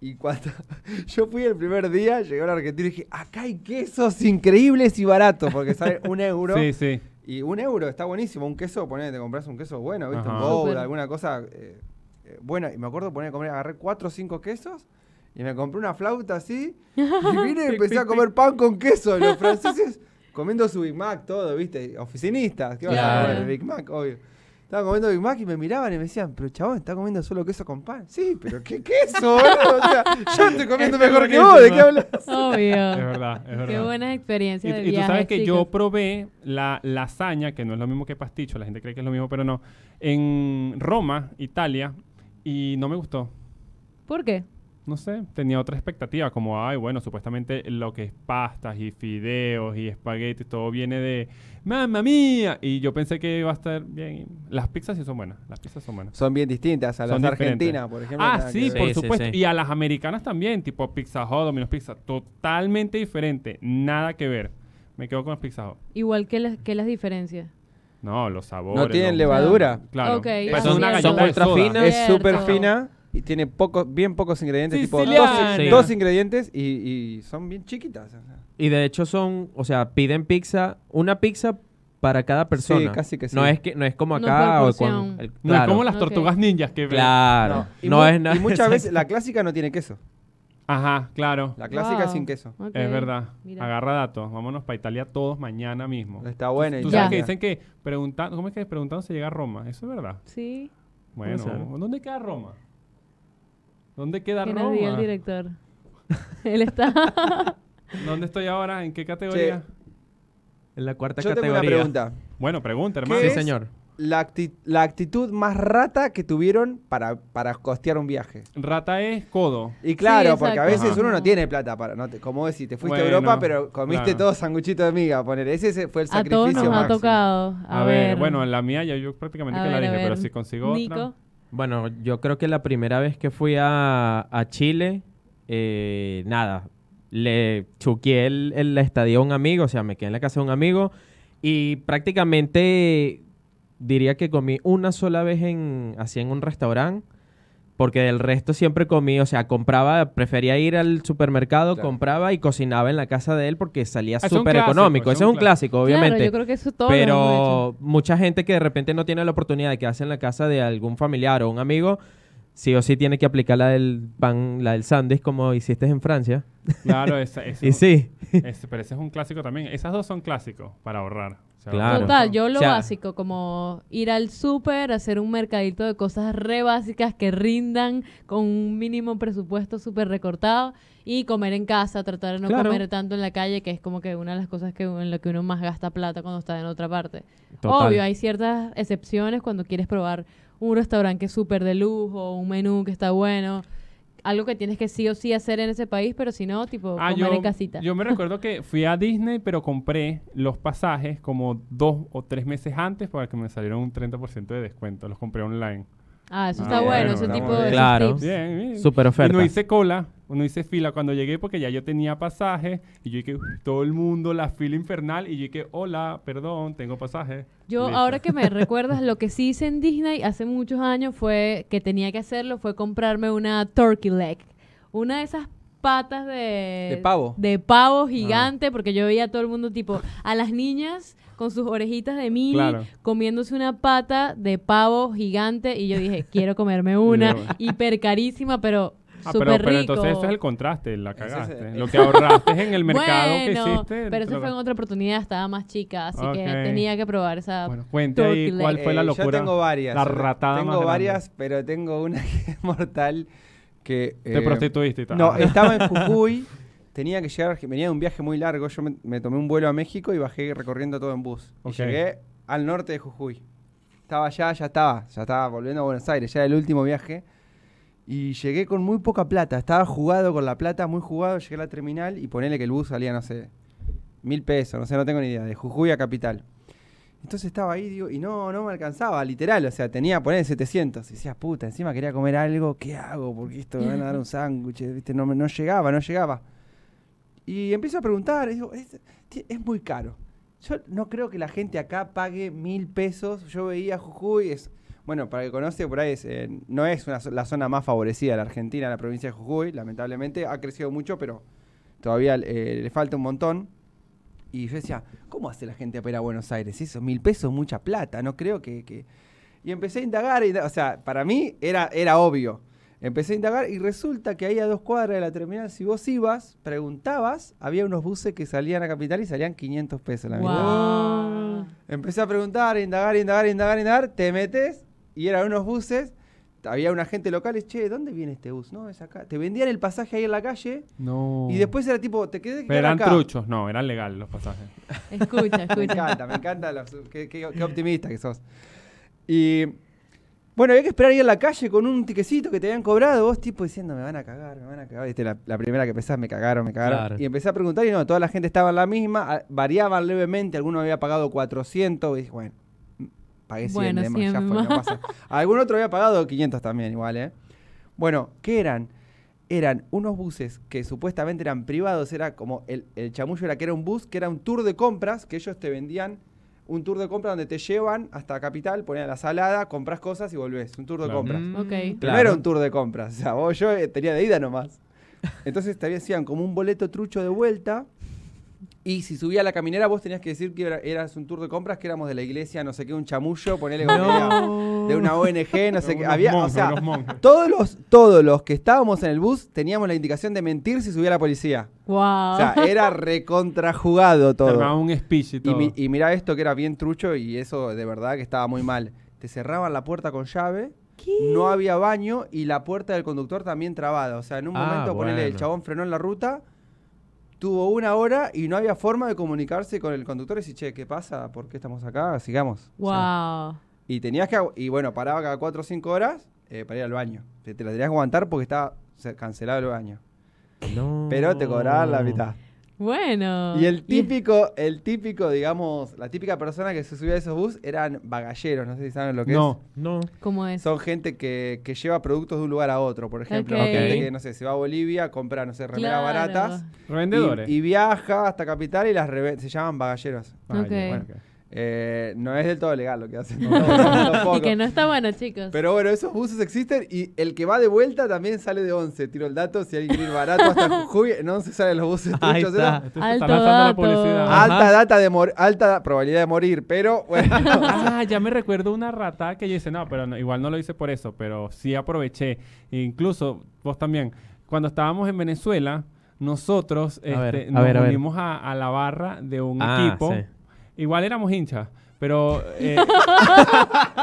Speaker 4: Y cuando yo fui el primer día, llegué a la Argentina y dije, acá hay quesos increíbles y baratos, porque sale un euro.
Speaker 3: Sí, sí.
Speaker 4: Y un euro está buenísimo. Un queso, poné, te compras un queso bueno, ¿viste? Un
Speaker 3: Ajá.
Speaker 4: bowl,
Speaker 2: Súper.
Speaker 4: alguna cosa eh, eh, buena. Y me acuerdo poner a comer, agarré cuatro o cinco quesos y me compré una flauta así. Y vine y
Speaker 3: Pic,
Speaker 4: empecé
Speaker 3: pic,
Speaker 4: a comer pan con queso. Los franceses comiendo su Big Mac, todo, ¿viste? Oficinistas, ¿qué van a comer?
Speaker 2: Claro.
Speaker 4: El Big Mac, obvio. Estaba comiendo Big Mac y me miraban y me decían, pero chabón, ¿está comiendo solo queso con pan? Sí, pero ¿qué queso, boludo? O sea, yo estoy comiendo
Speaker 3: Este
Speaker 4: mejor
Speaker 3: es
Speaker 4: que vos, ¿de qué
Speaker 3: buenísimo.
Speaker 4: hablas?
Speaker 2: Obvio.
Speaker 3: Es verdad, es verdad.
Speaker 2: Qué buenas experiencias de
Speaker 3: Y, y tú sabes
Speaker 2: viajes,
Speaker 3: que
Speaker 2: chicos.
Speaker 3: yo probé la lasaña, que no es lo mismo que pasticho, la gente cree que es lo mismo, pero no, en Roma, Italia, y no me gustó.
Speaker 2: ¿Por qué?
Speaker 3: No sé, tenía otra expectativa, como, ay, bueno, supuestamente lo que es pastas y fideos y espaguetis, todo viene de, mamma mía, y yo pensé que iba a estar bien. y- Las pizzas sí son buenas, las pizzas son buenas.
Speaker 4: Son bien distintas a las
Speaker 3: Son diferentes.
Speaker 4: argentinas, por ejemplo.
Speaker 3: Ah,
Speaker 4: nada que
Speaker 3: sí,
Speaker 4: ver.
Speaker 3: por
Speaker 5: Sí, sí,
Speaker 3: supuesto.
Speaker 5: sí.
Speaker 3: Y a las americanas también, tipo Pizza Hut, Domino's Pizza, totalmente diferente, nada que ver. Me quedo con las Pizza Hut.
Speaker 2: Igual que las, que las diferencias.
Speaker 3: No, los sabores.
Speaker 4: No tienen
Speaker 3: los-
Speaker 4: levadura.
Speaker 3: Claro.
Speaker 2: Ok,
Speaker 3: Pues
Speaker 2: son-
Speaker 3: una
Speaker 2: son
Speaker 3: galleta de
Speaker 5: ultra
Speaker 3: soda.
Speaker 5: finas.
Speaker 4: Es
Speaker 2: Cierto.
Speaker 4: súper fina y tiene poco, bien pocos ingredientes, tipo
Speaker 3: Siciliana.
Speaker 4: dos,
Speaker 5: Sí.
Speaker 4: dos ingredientes y, y son bien chiquitas. o sea.
Speaker 1: Y de hecho son, o sea, piden pizza, una pizza para cada persona.
Speaker 4: casi que sí.
Speaker 1: No es que no es como
Speaker 2: No
Speaker 1: acá
Speaker 2: por
Speaker 1: o con
Speaker 2: porción.
Speaker 1: el-
Speaker 3: No es
Speaker 1: claro,
Speaker 3: como las
Speaker 2: Ok.
Speaker 3: tortugas ninjas que
Speaker 1: claro,
Speaker 4: y
Speaker 1: no,
Speaker 4: mu-
Speaker 1: es nada.
Speaker 4: Y muchas veces la clásica no tiene queso.
Speaker 3: Ajá, claro.
Speaker 4: La clásica
Speaker 2: Wow.
Speaker 4: sin queso.
Speaker 2: Ok.
Speaker 3: Es verdad.
Speaker 2: Mira.
Speaker 3: Agarra datos. Vámonos para Italia todos mañana mismo.
Speaker 4: Está buena.
Speaker 3: Tú
Speaker 4: y
Speaker 2: Ya.
Speaker 3: sabes
Speaker 4: tal.
Speaker 3: que dicen que preguntando, ¿cómo es que preguntando se llega a Roma? Eso es verdad.
Speaker 2: Sí,
Speaker 3: Bueno,
Speaker 1: ser.
Speaker 3: ¿dónde queda Roma? ¿Dónde queda
Speaker 2: que nos diga el
Speaker 3: Roma?
Speaker 2: director. Él está...
Speaker 3: ¿Dónde estoy ahora? ¿En qué categoría?
Speaker 1: en la cuarta
Speaker 4: Yo tengo
Speaker 1: categoría.
Speaker 4: una pregunta.
Speaker 3: Bueno, pregunta, hermano.
Speaker 4: ¿Qué
Speaker 1: Sí,
Speaker 4: es?
Speaker 1: señor.
Speaker 4: La, acti- la actitud más rata que tuvieron para, para costear un viaje.
Speaker 3: Rata es codo.
Speaker 4: Y claro,
Speaker 2: exacto.
Speaker 4: porque a veces
Speaker 3: Ajá.
Speaker 4: uno no tiene plata para. No te- como decís, te fuiste
Speaker 3: Bueno,
Speaker 4: a Europa, pero comiste
Speaker 3: claro.
Speaker 4: todo sanguchito de miga. Poner. Ese se- fue el
Speaker 2: a todos
Speaker 4: sacrificio
Speaker 2: nos ha
Speaker 4: máximo.
Speaker 2: tocado.
Speaker 3: A, ver, bueno, la mía ya yo prácticamente
Speaker 2: a
Speaker 3: que la
Speaker 2: ver, a
Speaker 3: dije, pero
Speaker 2: ver.
Speaker 3: si consigo otra.
Speaker 2: Nico.
Speaker 1: Bueno, yo creo que la primera vez que fui a, a Chile, eh, nada, le chuqué el, el estadio a un amigo, o sea, me quedé en la casa de un amigo y prácticamente diría que comí una sola vez en, así en un restaurante, porque del resto siempre comí, o sea, compraba, prefería ir al supermercado,
Speaker 4: Claro.
Speaker 1: compraba y cocinaba en la casa de él porque salía
Speaker 3: Ah, es un
Speaker 1: súper
Speaker 3: clásico,
Speaker 1: económico.
Speaker 3: es
Speaker 1: Ese es
Speaker 3: un
Speaker 1: un clásico, obviamente.
Speaker 2: Claro, yo creo que eso todo
Speaker 1: Pero mucha gente que de repente no tiene la oportunidad de quedarse en la casa de algún familiar o un amigo, sí o sí tiene que aplicar la del pan, la del sándwich como hiciste en Francia.
Speaker 3: Claro, esa, esa-
Speaker 1: Y sí,
Speaker 3: ese- Este, pero ese es un clásico también. Esas dos son clásicos para ahorrar. O sea,
Speaker 1: Claro.
Speaker 2: Total, yo lo
Speaker 1: O sea-
Speaker 2: básico, como ir al súper, hacer un mercadito de cosas re básicas que rindan con un mínimo presupuesto súper recortado y comer en casa, tratar de no
Speaker 1: Claro.
Speaker 2: comer tanto en la calle, que es como que una de las cosas que, en lo que uno más gasta plata cuando está en otra parte.
Speaker 1: Total.
Speaker 2: Obvio, hay ciertas excepciones cuando quieres probar un restaurante que es súper de lujo, un menú que está bueno, algo que tienes que sí o sí hacer en ese país, pero si no, tipo
Speaker 3: Ah,
Speaker 2: comer
Speaker 3: yo,
Speaker 2: en casita.
Speaker 3: yo me recuerdo que fui a Disney, pero compré los pasajes como dos o tres meses antes para que me salieron un 30% de descuento. Los compré online.
Speaker 2: ah, eso
Speaker 3: Ah,
Speaker 2: está bueno,
Speaker 3: bueno,
Speaker 2: ese
Speaker 3: está
Speaker 2: tipo
Speaker 3: bueno.
Speaker 2: de esos
Speaker 1: Claro.
Speaker 2: tips.
Speaker 3: Bien, bien.
Speaker 1: súper
Speaker 3: Y no
Speaker 1: oferta.
Speaker 3: hice cola, no hice fila cuando llegué porque ya yo tenía pasajes y yo dije, "Uf, todo el mundo, la fila infernal. Y yo dije, hola, perdón, tengo pasajes.
Speaker 2: Yo
Speaker 3: Listo.
Speaker 2: ahora que me recuerdas, lo que sí hice en Disney hace muchos años fue que tenía que hacerlo, fue comprarme una turkey leg, una de esas patas de
Speaker 4: De pavo.
Speaker 2: de pavo
Speaker 3: Ah.
Speaker 2: gigante, porque yo veía a todo el mundo tipo a las niñas con sus orejitas de mini
Speaker 3: Claro.
Speaker 2: comiéndose una pata de pavo gigante y yo dije quiero comerme una
Speaker 3: bueno.
Speaker 2: hiper carísima, pero
Speaker 3: Ah, pero,
Speaker 2: súper
Speaker 3: pero
Speaker 2: rico.
Speaker 3: entonces eso es el contraste, la
Speaker 4: Ese es
Speaker 3: cagaste.
Speaker 4: el-
Speaker 3: Lo que ahorraste en el mercado que
Speaker 2: Bueno,
Speaker 3: hiciste.
Speaker 2: pero
Speaker 3: te
Speaker 2: eso
Speaker 3: lo
Speaker 2: fue en otra oportunidad, estaba más chica, así
Speaker 3: Ok.
Speaker 2: que tenía que probar esa
Speaker 3: Bueno, cuente ahí
Speaker 2: Turkey
Speaker 3: cuál
Speaker 2: leg.
Speaker 3: fue la
Speaker 4: Eh,
Speaker 3: locura.
Speaker 4: Yo tengo varias.
Speaker 3: La
Speaker 4: Yo te-
Speaker 3: ratada
Speaker 4: Tengo
Speaker 3: más grande.
Speaker 4: varias, pero tengo una que es mortal que...
Speaker 3: Te
Speaker 4: eh,
Speaker 3: prostituiste y tal.
Speaker 4: No, estaba en Jujuy, tenía que llegar, a Arge- venía de un viaje muy largo, yo me, me tomé un vuelo a México y bajé recorriendo todo en bus.
Speaker 3: Ok.
Speaker 4: Y llegué al norte de Jujuy. Estaba allá, ya estaba, ya estaba volviendo a Buenos Aires, ya era el último viaje. Y llegué con muy poca plata, estaba jugado con la plata, muy jugado, llegué a la terminal y ponele que el bus salía, no sé, mil pesos, no sé, no tengo ni idea, de Jujuy a Capital. Entonces estaba ahí, digo, y no, no me alcanzaba, literal, o sea, tenía, poner 700. Y decía, puta, encima quería comer algo, ¿qué hago? Porque esto me van a dar un sándwich, ¿viste? No, me- no llegaba, no llegaba. Y empiezo a preguntar, y digo, es, ti- es muy caro. Yo no creo que la gente acá pague mil pesos. Yo veía Jujuy, es, bueno, para el que conoce, por ahí es, eh, no es una zo- la zona más favorecida de la Argentina, la provincia de Jujuy, lamentablemente. Ha crecido mucho, pero todavía eh, le falta un montón. Y yo decía, ¿cómo hace la gente para ir a Buenos Aires? Eso, mil pesos, es mucha plata, no creo que... que-". Y empecé a indagar, y, o sea, para mí era, era obvio. Empecé a indagar y resulta que ahí a dos cuadras de la terminal, si vos ibas, preguntabas, había unos buses que salían a Capital y salían 500 pesos la mitad.
Speaker 2: Wow.
Speaker 4: Empecé a preguntar, a indagar, a indagar, a indagar, a indagar, te metes y eran unos buses, había un agente local, y, che, ¿dónde viene este bus? No, es acá. Te vendían el pasaje ahí en la calle
Speaker 3: No.
Speaker 4: y después era tipo, te quedé que
Speaker 3: Oh. Pero
Speaker 4: quedar
Speaker 3: eran
Speaker 4: acá.
Speaker 3: truchos, no, eran legal los pasajes.
Speaker 2: Escucha,
Speaker 4: Me
Speaker 2: escucha.
Speaker 4: encanta, me encanta. la- qué, qué- qué optimista que sos. Y bueno, había que esperar ahí en la calle con un tiquecito que te habían cobrado. Vos, tipo, diciendo, me van a cagar, me van a cagar. Viste, la, la primera que empezás, me cagaron, me cagaron.
Speaker 5: Claro.
Speaker 4: Y empecé a preguntar y no, toda la gente estaba en la misma. a- Variaban levemente. Alguno había pagado 400. Y dije, bueno, mm, pagué 100
Speaker 2: Bueno,
Speaker 4: de más, ya
Speaker 2: 100
Speaker 4: fue, no
Speaker 2: más.
Speaker 4: pasa. Algún otro había pagado 500 también, igual, ¿eh? Bueno, ¿qué eran? Eran unos buses que supuestamente eran privados, era como el, el chamullo era que era un bus, que era un tour de compras, que ellos te vendían un tour de compras donde te llevan hasta Capital, ponían la salada, compras cosas y volvés, un tour de
Speaker 3: Claro.
Speaker 4: compras.
Speaker 2: Ok.
Speaker 4: Pero no era un tour de compras, o sea, vos, yo eh, tenía de ida nomás. Entonces te hacían como un boleto trucho de vuelta y si subía a la caminera vos tenías que decir que era- eras un tour de compras, que éramos de la iglesia, no sé qué, un chamullo, ponele como que era de una ONG, no sé qué.
Speaker 3: Unos
Speaker 4: Había,
Speaker 3: monjes,
Speaker 4: o sea,
Speaker 3: unos monjes.
Speaker 4: todos los, todos los que estábamos en el bus teníamos la indicación de mentir si subía la policía.
Speaker 2: Wow.
Speaker 4: O sea,
Speaker 3: Ah.
Speaker 4: era recontrajugado
Speaker 3: Te armaban
Speaker 4: todo.
Speaker 3: un speech y
Speaker 4: Y,
Speaker 3: todo.
Speaker 4: mi- y mirá esto que era bien trucho y eso de verdad que estaba muy mal. Te cerraban la puerta con llave, no había baño y la puerta del conductor también trabada. O sea, en un
Speaker 5: Ah,
Speaker 4: momento ponele, el
Speaker 5: bueno.
Speaker 4: chabón frenó en la ruta, tuvo una hora y no había forma de comunicarse con el conductor y decir, che, ¿qué pasa? ¿Por qué estamos acá? Sigamos. O
Speaker 2: wow.
Speaker 4: sea, y tenías que. agu- Y bueno, paraba cada 4 o 5 horas eh, para ir al baño. Te, te la tenías que aguantar porque estaba se- cancelado el baño.
Speaker 1: No.
Speaker 4: Pero te cobraban la mitad.
Speaker 2: Bueno.
Speaker 4: Y el típico, el típico, digamos, la típica persona que se subía a esos bus eran bagalleros. No sé si saben lo que
Speaker 3: No.
Speaker 1: No.
Speaker 2: ¿Cómo
Speaker 4: es.
Speaker 2: es?
Speaker 4: Son gente que, que lleva productos de un lugar a otro, por ejemplo.
Speaker 2: Ok.
Speaker 4: Gente que, no sé, se va a Bolivia, compra, no sé, remeras
Speaker 2: Claro.
Speaker 4: baratas.
Speaker 3: Revendedores.
Speaker 4: Y, y viaja hasta Capital y las reve- se llaman bagalleros.
Speaker 3: Vaya,
Speaker 2: Ok.
Speaker 3: bueno, ok.
Speaker 4: Eh, no es del todo legal lo que hacen.
Speaker 2: Y
Speaker 4: Tampoco.
Speaker 2: que no está bueno, chicos.
Speaker 4: Pero bueno, esos buses existen y el que va de vuelta también sale de 11. Tiro el dato, si alguien quiere ir barato hasta Jujuy, en 11 salen los buses
Speaker 5: Ahí
Speaker 4: truchos,
Speaker 5: está.
Speaker 4: ¿no?
Speaker 3: Entonces se
Speaker 2: Alto
Speaker 3: están lanzando la
Speaker 2: dato.
Speaker 3: publicidad.
Speaker 5: Ah.
Speaker 4: Alta data de mor- alta probabilidad de morir, pero bueno.
Speaker 3: Ah, ya me recuerdo una rata que yo hice, no, pero no- igual no lo hice por eso, pero sí aproveché. Incluso vos también, cuando estábamos en Venezuela, nosotros este,
Speaker 1: ver, a
Speaker 3: nos
Speaker 1: ver, a ver.
Speaker 3: unimos a, a la barra de un
Speaker 1: Ah,
Speaker 3: equipo.
Speaker 1: sí.
Speaker 3: Igual éramos hinchas, pero... eh,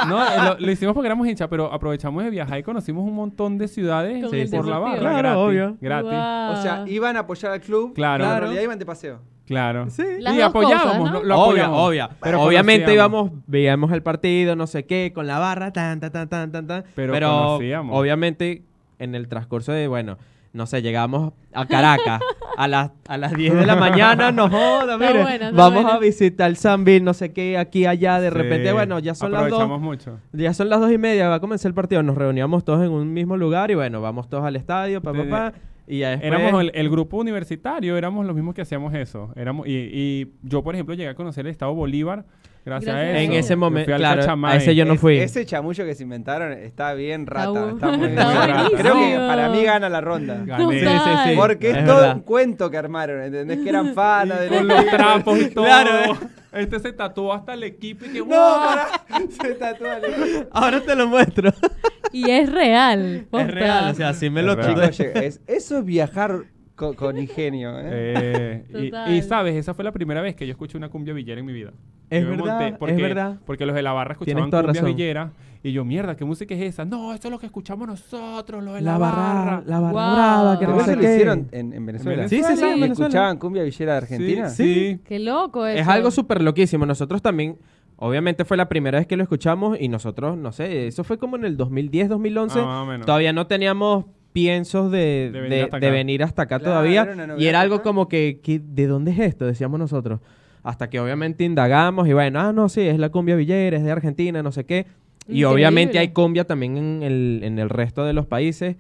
Speaker 3: no, eh, lo, lo hicimos porque éramos hinchas, pero aprovechamos de viajar y conocimos un montón de ciudades
Speaker 2: Con
Speaker 3: por
Speaker 2: el
Speaker 3: la
Speaker 2: desafío.
Speaker 3: barra.
Speaker 1: Claro,
Speaker 3: gratis,
Speaker 1: obvio.
Speaker 3: Gratis,
Speaker 2: Wow.
Speaker 4: O sea, iban a apoyar al club,
Speaker 3: Claro.
Speaker 4: pero en
Speaker 3: Claro.
Speaker 4: realidad iban de paseo.
Speaker 3: claro.
Speaker 2: Las
Speaker 3: y
Speaker 2: dos
Speaker 3: apoyábamos,
Speaker 2: cosas, ¿no?
Speaker 3: lo, lo
Speaker 1: obvia,
Speaker 3: apoyábamos,
Speaker 1: obvia.
Speaker 3: pero
Speaker 1: Obviamente
Speaker 3: conocíamos.
Speaker 1: íbamos, veíamos el partido, no sé qué, con la barra, tan, tan, tan, tan, tan, tan.
Speaker 3: Pero
Speaker 1: Pero,
Speaker 3: conocíamos.
Speaker 1: obviamente en el transcurso de, bueno, no sé, llegamos a Caracas a las, a las 10 de la mañana, no joda,
Speaker 2: Está
Speaker 1: mire,
Speaker 2: buena, está
Speaker 1: vamos
Speaker 2: buena.
Speaker 1: a visitar Sanville, no sé qué, aquí, allá, de repente,
Speaker 3: Sí,
Speaker 1: bueno, ya son las
Speaker 3: aprovechamos
Speaker 1: dos.
Speaker 3: mucho.
Speaker 1: Ya son las dos y media, va a comenzar el partido. Nos reuníamos todos en un mismo lugar y bueno, vamos todos al estadio, papá,
Speaker 3: Sí.
Speaker 1: papá. Y ya después...
Speaker 3: Éramos el, el grupo universitario, éramos los mismos que hacíamos eso. Éramos, y, y yo, por ejemplo, llegué a conocer el Estado Bolívar gracias, a
Speaker 2: Gracias a
Speaker 3: eso.
Speaker 1: En
Speaker 2: Eso.
Speaker 1: ese
Speaker 3: Yo fui
Speaker 1: momento,
Speaker 3: al
Speaker 1: claro,
Speaker 3: Cachamay.
Speaker 1: a ese yo no
Speaker 4: Es-
Speaker 1: fui.
Speaker 4: ese chamullo que se inventaron está bien rata.
Speaker 2: bu-
Speaker 4: Está muy
Speaker 2: está
Speaker 4: muy rata.
Speaker 2: buenísimo.
Speaker 4: Creo que para mí gana la ronda.
Speaker 3: Gané.
Speaker 1: Sí, sí, sí.
Speaker 4: Porque es,
Speaker 1: Es
Speaker 4: todo
Speaker 1: verdad.
Speaker 4: un cuento que armaron, ¿entendés? Que eran
Speaker 3: Y
Speaker 4: fanas de
Speaker 3: con los trapos y todo.
Speaker 1: Claro, eh.
Speaker 3: Este se tatuó hasta el equipo y que...
Speaker 4: No,
Speaker 3: ¡guau!
Speaker 4: pará. Se tatúa el-
Speaker 1: Ahora te lo muestro.
Speaker 2: Y es real. posta.
Speaker 1: Es real, o sea, así me
Speaker 3: Es
Speaker 1: lo
Speaker 3: real.
Speaker 1: tuve.
Speaker 4: Chicos, es- eso es viajar co- con ingenio, ¿eh?
Speaker 3: Eh, y-
Speaker 2: Total.
Speaker 3: y, sabes, esa fue la primera vez que yo escuché una cumbia villera en mi vida.
Speaker 1: Es
Speaker 3: Yo me
Speaker 1: verdad,
Speaker 3: monté
Speaker 1: es verdad.
Speaker 3: Porque los de la barra
Speaker 1: Tienes
Speaker 3: escuchaban
Speaker 1: toda
Speaker 3: cumbias
Speaker 1: razón.
Speaker 3: villeras y yo, mierda, ¿qué música es esa? No, eso es lo que escuchamos nosotros, los de la,
Speaker 1: La barra,
Speaker 3: barra.
Speaker 1: la barra
Speaker 2: Wow.
Speaker 1: brava, que eh,
Speaker 4: Pero
Speaker 1: no
Speaker 4: eso
Speaker 1: sé
Speaker 4: lo
Speaker 1: qué.
Speaker 4: hicieron en, en Venezuela.
Speaker 3: Sí,
Speaker 1: sí, sí,
Speaker 4: ¿Y
Speaker 1: en Venezuela.
Speaker 4: escuchaban cumbia villera de Argentina?
Speaker 3: Sí, sí.
Speaker 2: Qué loco eso.
Speaker 1: Es algo súper loquísimo. Nosotros también, obviamente fue la primera vez que lo escuchamos y nosotros, no sé, eso fue como en el 2010, 2011.
Speaker 3: Ah, más o menos.
Speaker 1: Todavía no teníamos piensos de,
Speaker 3: De venir
Speaker 1: de-
Speaker 3: hasta
Speaker 1: de
Speaker 3: acá.
Speaker 1: venir hasta acá
Speaker 4: Claro,
Speaker 1: todavía.
Speaker 4: era una
Speaker 1: y
Speaker 4: novedad
Speaker 1: era algo
Speaker 4: total.
Speaker 1: como que, que, ¿de dónde es esto? Decíamos nosotros. Hasta que obviamente indagamos y bueno, ah, no, sí, es la cumbia villera, es de Argentina, no sé qué. Y
Speaker 2: Increíble.
Speaker 1: obviamente hay cumbia también en el, en el resto de los países,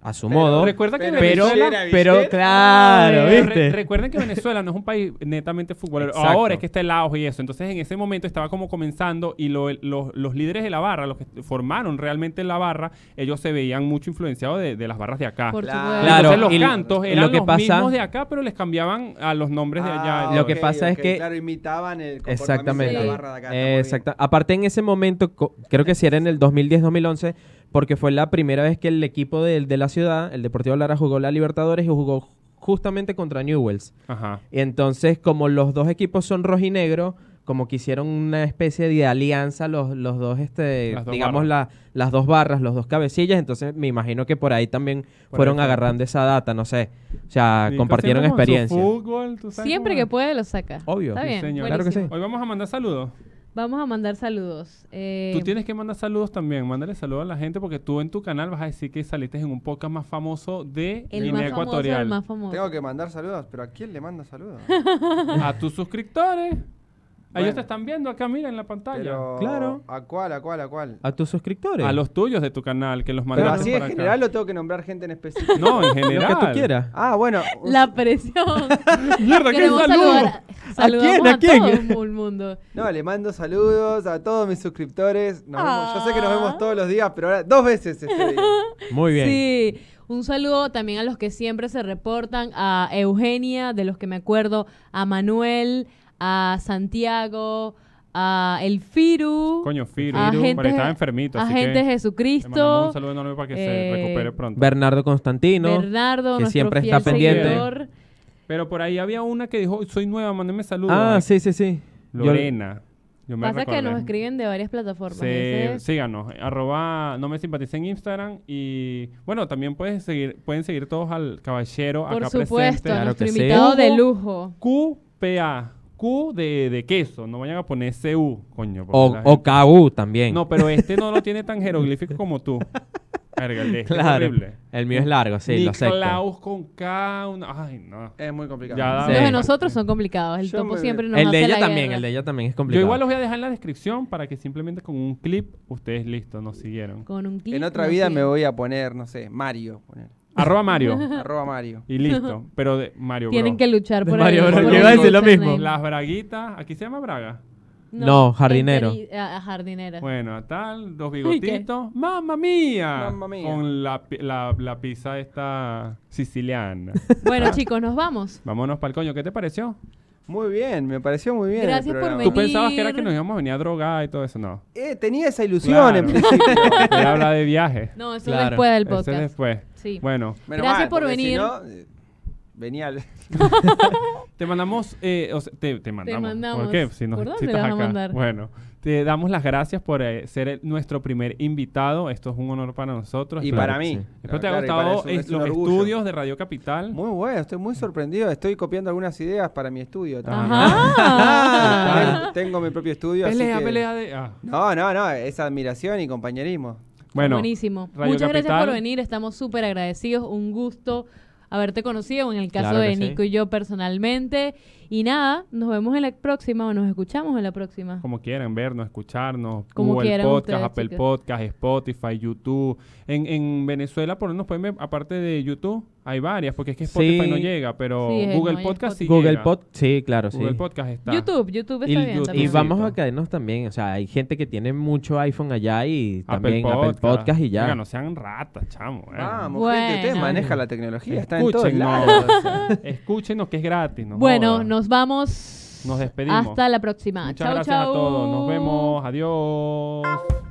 Speaker 1: a su modo.
Speaker 3: Recuerda que
Speaker 4: pero-
Speaker 1: Pero,
Speaker 4: Villera,
Speaker 1: pero
Speaker 4: Villera.
Speaker 1: claro,
Speaker 3: Eh,
Speaker 1: ¿viste?
Speaker 3: re- recuerden que Venezuela no es un país netamente futbolero.
Speaker 1: Exacto.
Speaker 3: Ahora es que está el auge y eso. Entonces, en ese momento estaba como comenzando y lo- los, los líderes de la barra, los que formaron realmente la barra, ellos se veían mucho influenciados de, de las barras de acá.
Speaker 2: Por
Speaker 4: Claro.
Speaker 2: supuesto.
Speaker 1: Claro,
Speaker 3: Entonces, los
Speaker 1: y lo-
Speaker 3: cantos
Speaker 1: y
Speaker 3: eran
Speaker 1: lo que
Speaker 3: los
Speaker 1: pasa-
Speaker 3: mismos de acá, pero les cambiaban a los nombres de allá.
Speaker 4: Ah,
Speaker 1: Lo que
Speaker 4: ok,
Speaker 1: pasa es
Speaker 4: ok,
Speaker 1: que-
Speaker 4: Claro, imitaban el comportamiento
Speaker 1: Exactamente.
Speaker 4: de
Speaker 2: Sí.
Speaker 4: la barra de acá. está muy bien.
Speaker 1: Exacta- Aparte en ese momento, co- creo que si era en el 2010-2011, porque fue la primera vez que el equipo de, de la ciudad, el Deportivo Lara, jugó la Libertadores y jugó justamente contra Newells.
Speaker 3: Ajá.
Speaker 1: Y entonces, como los dos equipos son rojinegro, como que hicieron una especie de alianza los, los dos, este,
Speaker 3: Las dos
Speaker 1: digamos, la- las dos barras, los dos cabecillas. Entonces, me imagino que por ahí también fueron
Speaker 3: fue.
Speaker 1: agarrando esa data, no sé. O sea,
Speaker 3: Y
Speaker 1: Ah, compartieron
Speaker 3: entonces, con su
Speaker 1: experiencia.
Speaker 3: fútbol, ¿tú sabes
Speaker 2: Siempre
Speaker 3: cómo
Speaker 2: que
Speaker 3: es?
Speaker 2: puede lo saca.
Speaker 1: Obvio.
Speaker 2: Está
Speaker 1: Sí,
Speaker 2: bien.
Speaker 3: señor.
Speaker 1: Claro que sí.
Speaker 2: buenísimo.
Speaker 3: Hoy vamos a mandar saludos.
Speaker 2: Vamos a mandar saludos. Eh,
Speaker 3: Tú tienes que mandar saludos también. Mándale saludos a la gente porque tú en tu canal vas a decir que saliste en un podcast más famoso de
Speaker 2: el
Speaker 3: Guinea
Speaker 2: más famoso,
Speaker 3: Ecuatorial.
Speaker 2: el más famoso.
Speaker 4: Tengo que mandar saludos, pero ¿a quién le mando saludos?
Speaker 3: a tus suscriptores. Ellos
Speaker 4: Bueno.
Speaker 3: te están viendo acá, mira, en la pantalla.
Speaker 4: Pero,
Speaker 1: Claro.
Speaker 4: ¿A cuál, a cuál, a cuál?
Speaker 1: A tus suscriptores.
Speaker 3: A los tuyos de tu canal, que los
Speaker 4: Pero
Speaker 3: mandaste
Speaker 4: así en
Speaker 3: Ah, para acá.
Speaker 4: general o tengo que nombrar gente en específico.
Speaker 3: No, en
Speaker 1: lo
Speaker 3: general.
Speaker 1: que tú quieras.
Speaker 4: Ah, bueno. un-
Speaker 2: La presión.
Speaker 3: Mierda, qué
Speaker 2: Queremos
Speaker 3: saludo.
Speaker 2: saludar. Saludamos
Speaker 1: quién? ¿A
Speaker 2: a,
Speaker 1: quién?
Speaker 2: todo el mundo.
Speaker 4: No, le mando saludos a todos mis suscriptores. Nos vemos- Yo sé que nos
Speaker 2: Ah.
Speaker 4: vemos todos los días, pero ahora dos veces este día.
Speaker 1: Muy bien.
Speaker 2: Sí, un saludo también a los que siempre se reportan, a Eugenia, de los que me acuerdo, a Manuel, a Santiago, a El Firu,
Speaker 3: Coño, Firu.
Speaker 2: A
Speaker 3: Firu,
Speaker 2: gente-
Speaker 3: pero estaba enfermito,
Speaker 2: a
Speaker 3: así
Speaker 2: gente
Speaker 3: que le mandamos
Speaker 2: Jesucristo,
Speaker 3: un saludo enorme para que
Speaker 2: eh,
Speaker 3: se recupere pronto.
Speaker 1: Bernardo Constantino.
Speaker 2: Bernardo,
Speaker 1: que
Speaker 2: nuestro
Speaker 1: siempre
Speaker 2: fiel
Speaker 1: está pendiente.
Speaker 2: seguidor.
Speaker 3: Pero por ahí había una que dijo, soy nueva, mándeme saludos.
Speaker 1: Ah, sí, sí, sí. Yo-
Speaker 3: Lorena. Yo me
Speaker 2: Pasa que
Speaker 3: recordé.
Speaker 2: nos escriben de varias plataformas.
Speaker 3: Se-
Speaker 2: ese es-
Speaker 3: síganos, arroba no me simpatice en Instagram y bueno, también puedes seguir, pueden seguir todos al caballero
Speaker 2: por
Speaker 3: acá
Speaker 2: supuesto,
Speaker 3: presente.
Speaker 2: a
Speaker 1: Claro
Speaker 2: nuestro
Speaker 1: que sí.
Speaker 2: invitado de
Speaker 4: Uh.
Speaker 3: Hugo.
Speaker 2: lujo.
Speaker 3: QPA, Q de, de queso, no vayan a poner CU, coño. porque
Speaker 1: o,
Speaker 3: la gente-
Speaker 1: o KU también.
Speaker 3: No, pero este no lo tiene tan jeroglífico como tú. Verga, el de este es
Speaker 1: claro.
Speaker 3: horrible.
Speaker 1: El mío es largo, sí, lo acepto.
Speaker 3: Nicolaus con K, una- ay no.
Speaker 4: Es muy complicado.
Speaker 3: Ya da-
Speaker 1: Sí.
Speaker 2: Los de nosotros son complicados. El
Speaker 4: Yo
Speaker 2: topo
Speaker 4: me-
Speaker 2: siempre nos
Speaker 1: El de
Speaker 2: hace
Speaker 1: ella
Speaker 2: la
Speaker 1: también,
Speaker 2: guerra.
Speaker 1: el de ella también es
Speaker 3: Yo
Speaker 1: complicado.
Speaker 3: igual los voy a dejar en la descripción para que simplemente con un clip ustedes listos nos siguieron.
Speaker 2: Con un clic
Speaker 4: En otra
Speaker 2: nos
Speaker 4: vida
Speaker 2: siguen.
Speaker 4: me voy a poner, no sé, Mario. poner.
Speaker 3: Arroba Mario.
Speaker 4: Arroba Mario.
Speaker 3: Y listo. Pero de Mario
Speaker 2: Tienen
Speaker 3: Bros.
Speaker 2: que luchar
Speaker 1: De
Speaker 2: por
Speaker 1: Mario
Speaker 2: el-
Speaker 1: Bros.
Speaker 2: por
Speaker 1: Yo
Speaker 2: el
Speaker 1: iba a decir lo mismo.
Speaker 2: username.
Speaker 3: Las braguitas, aquí se llama braga.
Speaker 1: No, jardinero.
Speaker 2: enteri- ah, ah, jardinera.
Speaker 3: Bueno, tal, los
Speaker 2: Ay, ¿qué?
Speaker 3: bigotitos. ¡Mamma mía!
Speaker 4: Mamma mía.
Speaker 3: Con la, pi- la, la pizza esta siciliana.
Speaker 2: Bueno, chicos, nos vamos.
Speaker 3: Vámonos para el coño. ¿Qué te pareció?
Speaker 4: Muy bien, me pareció muy bien. el
Speaker 2: Gracias por
Speaker 4: programa.
Speaker 3: ¿Tú
Speaker 2: Venir.
Speaker 3: pensabas que era que nos íbamos a venir a drogar y todo eso? No.
Speaker 4: Eh, tenía esa ilusión en
Speaker 3: Claro.
Speaker 4: principio.
Speaker 3: Era hablar de viajes.
Speaker 2: No, eso
Speaker 1: Claro,
Speaker 2: después del
Speaker 3: Eso es
Speaker 2: podcast.
Speaker 3: después.
Speaker 2: Sí.
Speaker 3: Bueno,
Speaker 4: Menos
Speaker 2: Gracias por
Speaker 4: porque si
Speaker 2: venir.
Speaker 4: no, eh, venía al-
Speaker 3: te mandamos. eh, o sea, te, te mandamos.
Speaker 2: mandamos.
Speaker 3: ¿Por qué? Si nos,
Speaker 2: ¿Por dónde
Speaker 3: si
Speaker 2: le
Speaker 3: estás
Speaker 2: vas a
Speaker 3: acá.
Speaker 2: mandar?
Speaker 3: Bueno, te damos las gracias por eh, ser el- nuestro primer invitado. Esto es un honor para nosotros.
Speaker 4: Y
Speaker 3: Espero-
Speaker 4: para
Speaker 1: sí.
Speaker 4: mí.
Speaker 3: Espero te
Speaker 4: Claro, claro,
Speaker 3: ha
Speaker 4: y para
Speaker 3: gustado
Speaker 4: eso es
Speaker 3: eh,
Speaker 4: un
Speaker 3: los
Speaker 4: orgullo.
Speaker 3: estudios de Radio Capital.
Speaker 4: Muy bueno, estoy muy sorprendido. Estoy copiando algunas ideas para mi estudio también.
Speaker 3: Ah,
Speaker 2: Ajá.
Speaker 4: Ten- Tengo mi propio estudio. así
Speaker 3: Pelea,
Speaker 4: que-
Speaker 3: pelea de. ah.
Speaker 4: No, no, no. Es admiración y compañerismo.
Speaker 3: Bueno,
Speaker 2: Buenísimo.
Speaker 3: Radio
Speaker 2: Muchas gracias
Speaker 3: Capital.
Speaker 2: por venir. Estamos súper agradecidos. Un gusto haberte conocido, en el caso
Speaker 1: Claro que
Speaker 2: de
Speaker 1: sí.
Speaker 2: Nico y yo personalmente. Y nada, nos vemos en la próxima o nos escuchamos en la próxima.
Speaker 3: como quieran vernos, escucharnos,
Speaker 2: Como
Speaker 3: Google
Speaker 2: quieran
Speaker 3: Podcast,
Speaker 2: ustedes,
Speaker 3: Apple
Speaker 2: chicos.
Speaker 3: Podcast, Spotify, YouTube. En, en Venezuela, por lo menos pueden ver, aparte de YouTube, hay varias, porque es que Spotify
Speaker 1: Sí.
Speaker 3: no llega, pero
Speaker 2: Sí, es-
Speaker 3: Google
Speaker 2: no hay
Speaker 3: Podcast sí
Speaker 1: Google
Speaker 3: llega.
Speaker 1: Pod, sí, claro, sí.
Speaker 3: Google Podcast está.
Speaker 2: YouTube, YouTube Pues está
Speaker 1: Y,
Speaker 2: bien.
Speaker 3: YouTube.
Speaker 2: también.
Speaker 1: y vamos a
Speaker 3: También.
Speaker 1: caernos también. O sea, hay gente que tiene mucho iPhone allá y
Speaker 3: Apple
Speaker 1: también Apple
Speaker 3: Podcast.
Speaker 1: Podcast, y ya.
Speaker 3: Oiga, no sean ratas, chamo. eh.
Speaker 4: Vamos,
Speaker 2: Bueno.
Speaker 4: gente. Ustedes manejan la tecnología. Está en todos
Speaker 3: Escúchennos.
Speaker 4: lados. o sea.
Speaker 3: Escúchenos que es gratis. no
Speaker 2: bueno,
Speaker 3: jodan.
Speaker 2: nos vamos.
Speaker 3: Nos despedimos.
Speaker 2: Hasta la próxima.
Speaker 3: Muchas
Speaker 2: chau,
Speaker 3: gracias
Speaker 2: chau.
Speaker 3: a todos. Nos vemos. Adiós.